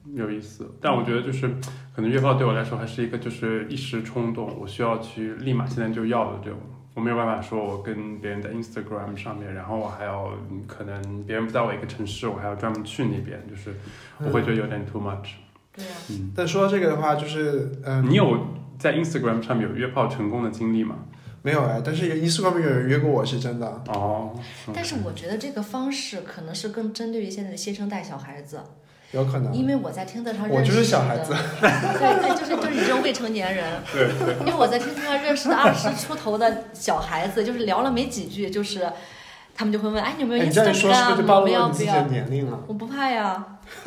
[SPEAKER 5] 嗯
[SPEAKER 2] 有意思。但我觉得就是，可能约炮对我来说还是一个就是一时冲动，我需要去立马现在就要的这种。我没有办法说，我跟别人在 Instagram 上面，然后我还要嗯可能别人不在我一个城市，我还要专门去那边，就是我会觉得有点 too much。
[SPEAKER 3] 啊
[SPEAKER 5] 对呀，
[SPEAKER 2] 嗯，
[SPEAKER 1] 但说到这个的话，就是嗯，
[SPEAKER 2] 你有在 Instagram 上面有约炮成功的经历吗？
[SPEAKER 1] 没有哎？但是一次方面有人约过我是真的。
[SPEAKER 2] 哦，
[SPEAKER 1] 嗯
[SPEAKER 5] 但是我觉得这个方式可能是更针对于现在的新生代小孩子，
[SPEAKER 1] 有可能，
[SPEAKER 5] 因为我在听的上认识
[SPEAKER 1] 嗯我就是小
[SPEAKER 5] 的
[SPEAKER 1] 孩子，
[SPEAKER 5] 对对，就是就是你这种未成年 人，
[SPEAKER 2] 对
[SPEAKER 5] 因为我在 QQ 上认识的二十出头的小孩子，就是聊了没几句，就是他们就会问，哎，你有没有
[SPEAKER 1] 哎你这样一说是不是
[SPEAKER 5] Instagram？
[SPEAKER 1] 就暴
[SPEAKER 5] 我
[SPEAKER 1] 露
[SPEAKER 5] 们
[SPEAKER 1] 了
[SPEAKER 5] 要
[SPEAKER 1] 你
[SPEAKER 5] 不
[SPEAKER 1] 自己
[SPEAKER 5] 要
[SPEAKER 1] 的？年龄了？
[SPEAKER 5] 我不怕呀。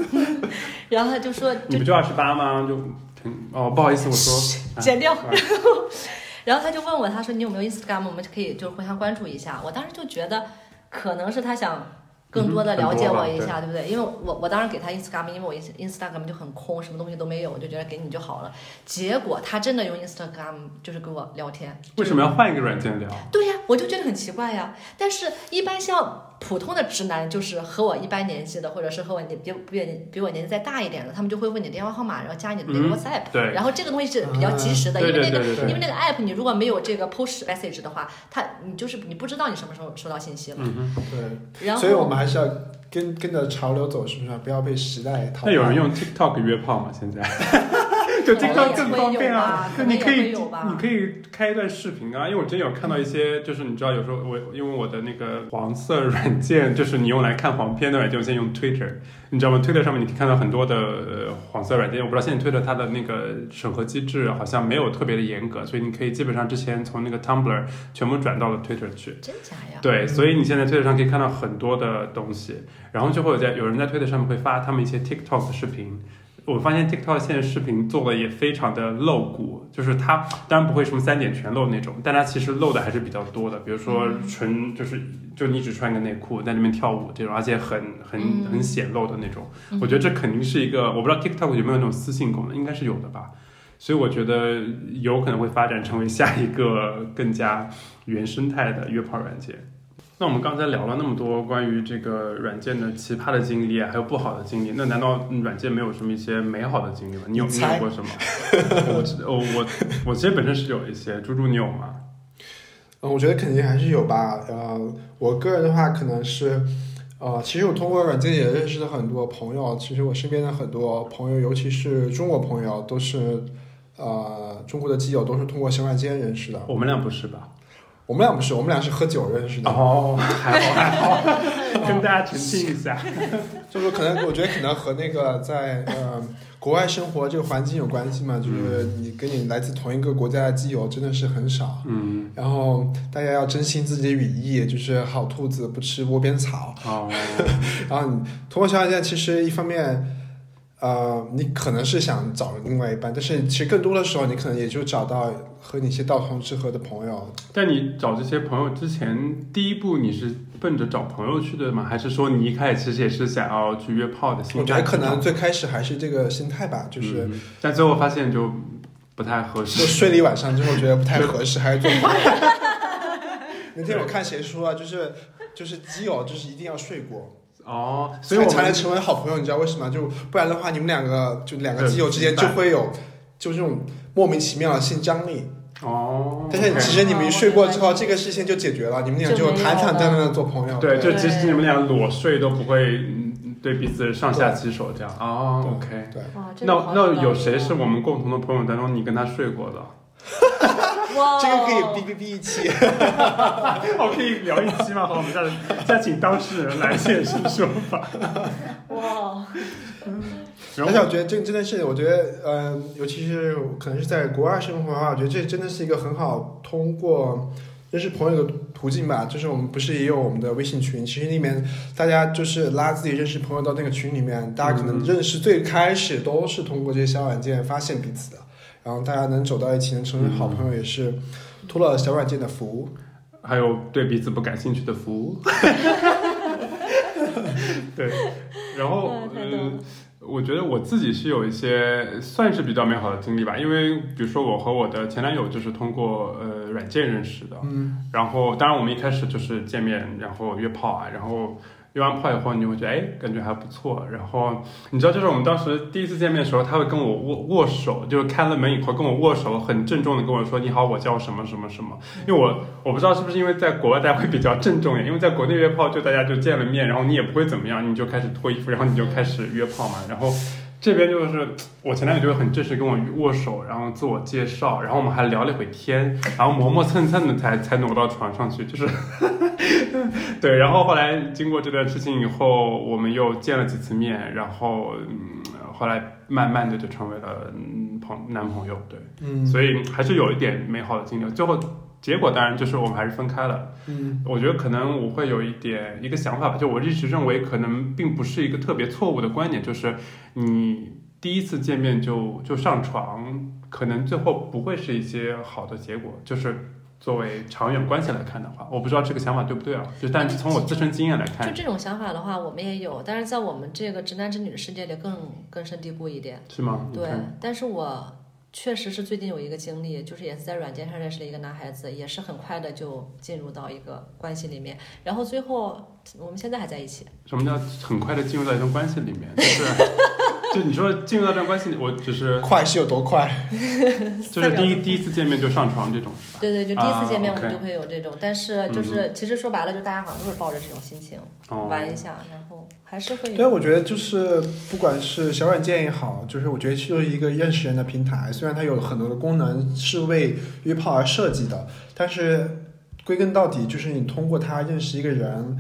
[SPEAKER 5] 然后他就说，
[SPEAKER 2] 你
[SPEAKER 5] 就
[SPEAKER 2] 不就二十八吗？就挺哦，不好意思，我说
[SPEAKER 5] 剪掉。
[SPEAKER 2] 啊
[SPEAKER 5] 然后他就问我，他说你有没有 Instagram？我们可以就是互相关注一下。我当时就觉得，可能是他想更多的了解我一下，对不对？因为我我当时给他 Instagram，因为我 Ins- Instagram 就很空，什么东西都没有，我就觉得给你就好了。结果他真的用 Instagram 就是跟我聊天，
[SPEAKER 2] 为什么要换一个软件聊？
[SPEAKER 5] 对呀、我就觉得很奇怪呀、但是，一般像普通的直男，就是和我一般年纪的，或者是和我年比比比我年纪再大一点的，他们就会问你电话号码，然后加你的那个
[SPEAKER 2] 嗯
[SPEAKER 5] WhatsApp，、
[SPEAKER 2] 对
[SPEAKER 5] 然后这个东西是比较及时的，
[SPEAKER 2] 对
[SPEAKER 5] 因为
[SPEAKER 2] 对
[SPEAKER 5] 那个
[SPEAKER 2] 对对
[SPEAKER 1] 对
[SPEAKER 5] 因为那个 app 你如果没有这个 push message 的话，它你就是你不知道你什么时候收到信息了。
[SPEAKER 2] 嗯哼，
[SPEAKER 1] 对。
[SPEAKER 5] 然后
[SPEAKER 1] 所以我们还是要跟跟着潮流走，是不是？不要被时代淘汰。
[SPEAKER 2] 那有人用 TikTok 约炮吗？ 现在就 TikTok 更方便啊，
[SPEAKER 5] 可
[SPEAKER 2] 就
[SPEAKER 5] 能
[SPEAKER 2] 你
[SPEAKER 5] 也
[SPEAKER 2] 可
[SPEAKER 5] 会
[SPEAKER 2] 以
[SPEAKER 5] 有吧
[SPEAKER 2] 你可以开一段视频啊，因为我真有看到一些，就是你知道有时候我因为我的那个黄色软件，就是你用来看黄片的软件，我现在用 Twitter，你知道吗？Twitter 上面你可以看到很多的、呃、黄色软件，我不知道现在 Twitter 它的那个审核机制好像没有特别的严格，所以你可以基本上之前从那个 Tumblr 全部转到了 Twitter 去。
[SPEAKER 5] 真假呀？
[SPEAKER 2] 对，所以你现在推特上可以看到很多的东西，然后就会有在有人在推特上面会发他们一些 TikTok 的视频。我发现 TikTok 现在视频做的也非常的露骨，就是它当然不会什么三点全露那种，但它其实露的还是比较多的，比如说
[SPEAKER 5] 嗯
[SPEAKER 2] 纯就是就你只穿个内裤在那边跳舞这种，而且很很
[SPEAKER 5] 嗯
[SPEAKER 2] 很显露的那种。我觉得这肯定是一个，我不知道 TikTok 有没有那种私信功能，应该是有的吧。所以我觉得有可能会发展成为下一个更加原生态的约炮软件。那我们刚才聊了那么多关于这个软件的奇葩的经历啊，还有不好的经历，那难道软件没有什么一些美好的经历吗？你有
[SPEAKER 1] 你
[SPEAKER 2] 你
[SPEAKER 1] 猜
[SPEAKER 2] 有过什么？我知我我我其实本身是有一些，猪猪你有吗？
[SPEAKER 1] 嗯，我觉得肯定还是有吧。呃，我个人的话，可能是，呃，其实我通过软件也认识了很多朋友。其实我身边的很多朋友，尤其是中国朋友，都是，呃，中国的基友都是通过小软件认识的。
[SPEAKER 2] 我们俩不是吧？
[SPEAKER 1] 我们俩不是，我们俩是喝酒认识的。
[SPEAKER 2] 哦，还好还好，跟大家澄清一下。
[SPEAKER 1] 就是可能，我觉得可能和那个在呃国外生活这个环境有关系嘛。就是你跟你来自同一个国家的基友真的是很少。
[SPEAKER 2] 嗯，
[SPEAKER 1] 然后大家要珍惜自己的羽翼，就是好兔子不吃窝边草。
[SPEAKER 2] 哦，
[SPEAKER 1] 然后你通过小软件，其实一方面，呃，你可能是想找另外一半，但是其实更多的时候，你可能也就找到和你一些道同志合的朋友。
[SPEAKER 2] 但你找这些朋友之前，第一步你是奔着找朋友去的吗？还是说你一开始其实也是想要去约炮的心态？
[SPEAKER 1] 我觉得可能最开始还是这个心态吧，就是
[SPEAKER 2] 嗯但最后发现就不太合
[SPEAKER 1] 就
[SPEAKER 2] 适。
[SPEAKER 1] 睡了一晚上之后觉得不太合适，还是做 朋友。那天我看谁说啊，就是就是基友，就是一定要睡过，
[SPEAKER 2] 哦，所以我
[SPEAKER 1] 才能
[SPEAKER 2] 们
[SPEAKER 1] 成为好朋友，你知道为什么？就不然的话，你们两个就两个
[SPEAKER 2] 对
[SPEAKER 1] 基友之间
[SPEAKER 2] 明白
[SPEAKER 1] 就会有就这种莫名其妙的性张力。
[SPEAKER 2] 哦，
[SPEAKER 1] 但是其实你们一睡过之后，这个事情就解决了，你们俩就坦坦荡荡的做朋友。
[SPEAKER 2] 对，
[SPEAKER 1] 对
[SPEAKER 2] 就即使你们俩裸睡都不会嗯对彼此上下其手这样。哦，OK。
[SPEAKER 1] 对，
[SPEAKER 5] 哇，这
[SPEAKER 2] 那
[SPEAKER 5] 个好有
[SPEAKER 2] 那
[SPEAKER 5] 道理
[SPEAKER 2] 有
[SPEAKER 5] 哦
[SPEAKER 2] 谁是我们共同的朋友当中你跟他睡过的？
[SPEAKER 6] 哇，
[SPEAKER 1] 这个可以
[SPEAKER 3] 哦
[SPEAKER 1] 哔哔哔一期。
[SPEAKER 2] 我可以聊一期吗？好，我们下次再请当事人来现身说法。
[SPEAKER 6] 哇，
[SPEAKER 2] 然
[SPEAKER 1] 而且
[SPEAKER 2] 后
[SPEAKER 1] 我觉得这真的是，我觉得，嗯、尤其是可能是在国外生活的话，我觉得这真的是一个很好通过认识朋友的途径吧。就是我们不是也有我们的微信群，其实里面大家就是拉自己认识朋友到那个群里面，大家可能
[SPEAKER 2] 嗯
[SPEAKER 1] 认识最开始都是通过这些小软件发现彼此的，然后大家能走到一起，能成为好
[SPEAKER 2] 嗯
[SPEAKER 1] 朋友，也是托了小软件的福。
[SPEAKER 2] 还有对彼此不感兴趣的服 务。对，然后
[SPEAKER 6] 嗯太多了
[SPEAKER 2] 呃，我觉得我自己是有一些算是比较美好的经历吧，因为比如说我和我的前男友就是通过呃软件认识的，
[SPEAKER 1] 嗯，
[SPEAKER 2] 然后当然我们一开始就是见面，然后约炮啊，然后约完炮以后，你就会觉得哎，感觉还不错。然后你知道，就是我们当时第一次见面的时候，他会跟我握握手，就是开了门以后跟我握手，很郑重的跟我说：“你好，我叫什么什么什么。”因为我我不知道是不是因为在国外大家会比较郑重一点，因为在国内约炮就大家就见了面，然后你也不会怎么样，你就开始脱衣服，然后你就开始约炮嘛，然后。这边就是我前男友就会很正式跟我握手，然后自我介绍，然后我们还聊了一会天，然后磨磨蹭蹭的才才挪到床上去，就是 对。然后后来经过这段事情以后，我们又见了几次面，然后嗯，后来慢慢的就成为了嗯朋男朋友，对，
[SPEAKER 1] 嗯，
[SPEAKER 2] 所以还是有一点美好的经历。最后结果当然就是我们还是分开了。
[SPEAKER 1] 嗯
[SPEAKER 2] 我觉得可能我会有一点一个想法吧，就我一直认为可能并不是一个特别错误的观点，就是你第一次见面就就上床，可能最后不会是一些好的结果，就是。作为长远关系来看的话，我不知道这个想法对不对啊？就但是从我自身经验来
[SPEAKER 3] 就
[SPEAKER 2] 看，
[SPEAKER 3] 这种想法的话，我们也有，但是在我们这个直男直女的世界里更根深蒂固一点。
[SPEAKER 2] 是吗？你
[SPEAKER 3] 对
[SPEAKER 2] 嗯看，
[SPEAKER 3] 但是我确实是最近有一个经历，就是也是在软件上认识了一个男孩子，也是很快的就进入到一个关系里面，然后最后我们现在还在一起。
[SPEAKER 2] 什么叫很快的进入到一段关系里面？就是 就你说进入到一段关系里，我只是
[SPEAKER 1] 快是有多快？
[SPEAKER 2] 就是第一第一次见面就上床这种是吧？
[SPEAKER 3] 对对，就第一次见面
[SPEAKER 2] 啊
[SPEAKER 3] 我
[SPEAKER 2] ，OK
[SPEAKER 3] 们就会有这种，但是就是、其实说白了，就大家好像都是抱着这种心情、
[SPEAKER 2] 哦，
[SPEAKER 3] 玩一下，然后还是会
[SPEAKER 1] 对，
[SPEAKER 3] 有。
[SPEAKER 1] 我觉得就是不管是小软件也好，就是我觉得就是一个认识人的平台，虽然它有很多的功能是为约炮而设计的，但是归根到底就是你通过它认识一个人。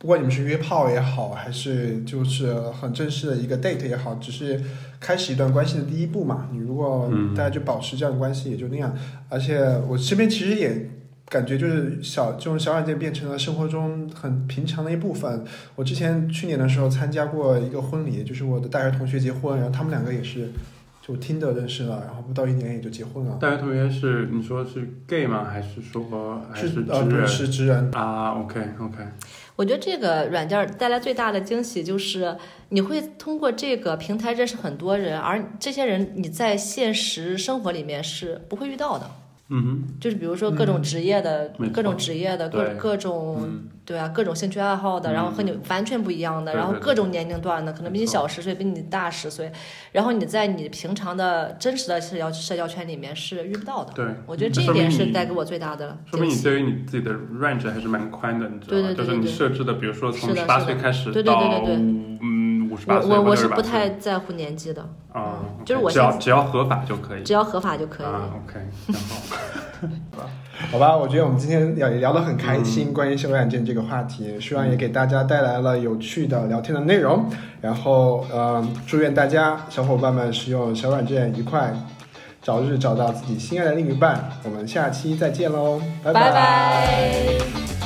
[SPEAKER 1] 不管你们是约炮也好，还是就是很正式的一个 date 也好，只是开始一段关系的第一步嘛。你如果
[SPEAKER 2] 嗯
[SPEAKER 1] 大家就保持这样的关系，也就那样。而且我身边其实也感觉就是小这种小软件变成了生活中很平常的一部分。我之前去年的时候参加过一个婚礼，就是我的大学同学结婚，然后他们两个也是就听的认识了，然后不到一年也就结婚了。
[SPEAKER 2] 大学同学是你说是 gay 吗？还是说还
[SPEAKER 1] 是
[SPEAKER 2] 直
[SPEAKER 1] 呃不
[SPEAKER 2] 人？
[SPEAKER 1] 是直人，
[SPEAKER 2] 啊，OK OK，
[SPEAKER 3] 我觉得这个软件带来最大的惊喜就是你会通过这个平台认识很多人，而这些人你在现实生活里面是不会遇到的。
[SPEAKER 2] 嗯
[SPEAKER 3] 就是比如说各种职业的、
[SPEAKER 2] 没错
[SPEAKER 3] 各种职业的、各
[SPEAKER 2] 对
[SPEAKER 3] 各
[SPEAKER 2] 哼
[SPEAKER 3] 种、
[SPEAKER 2] 嗯，
[SPEAKER 3] 对啊，各种兴趣爱好的，
[SPEAKER 2] 嗯
[SPEAKER 3] 然后和你完全不一样的，
[SPEAKER 2] 对
[SPEAKER 3] 然后
[SPEAKER 2] 对对
[SPEAKER 3] 各种年龄段的，可能比你小十岁，比你大十岁，然后你在你平常的真实的社交社交圈里面是遇不到的。
[SPEAKER 2] 对，
[SPEAKER 3] 我觉得这
[SPEAKER 2] 嗯那
[SPEAKER 3] 一
[SPEAKER 2] 说明
[SPEAKER 3] 点是
[SPEAKER 2] 你
[SPEAKER 3] 带给我最大的
[SPEAKER 2] 说
[SPEAKER 3] 惊
[SPEAKER 2] 明你
[SPEAKER 3] 喜。
[SPEAKER 2] 对于你自己的 range 还是蛮宽的，你知道
[SPEAKER 3] 对
[SPEAKER 2] 吗？
[SPEAKER 3] 对对
[SPEAKER 2] 就是
[SPEAKER 3] 对
[SPEAKER 2] 你
[SPEAKER 3] 对
[SPEAKER 2] 设置的，比如说
[SPEAKER 3] 是
[SPEAKER 2] 从
[SPEAKER 3] 的
[SPEAKER 2] 十
[SPEAKER 3] 是
[SPEAKER 2] 八
[SPEAKER 3] 的
[SPEAKER 2] 岁开始到
[SPEAKER 3] 对对对对对
[SPEAKER 2] 嗯五十
[SPEAKER 3] 我
[SPEAKER 2] 八岁
[SPEAKER 3] 我我
[SPEAKER 2] 或者
[SPEAKER 3] 是
[SPEAKER 2] 68
[SPEAKER 3] 不太
[SPEAKER 2] 岁
[SPEAKER 3] 在乎年纪的，
[SPEAKER 2] 啊，
[SPEAKER 3] 就是我
[SPEAKER 2] 只要
[SPEAKER 3] 现
[SPEAKER 2] 只要合法就可以
[SPEAKER 3] 只要合法就可以。
[SPEAKER 2] 啊，OK，然后
[SPEAKER 1] 好吧，我觉得我们今天也聊得很开心，关于小软件这个话题，希望也给大家带来了有趣的聊天的内容。然后，呃，祝愿大家小伙伴们使用小软件愉快，早日找到自己心爱的另一半。我们下期再见喽，拜
[SPEAKER 3] 拜拜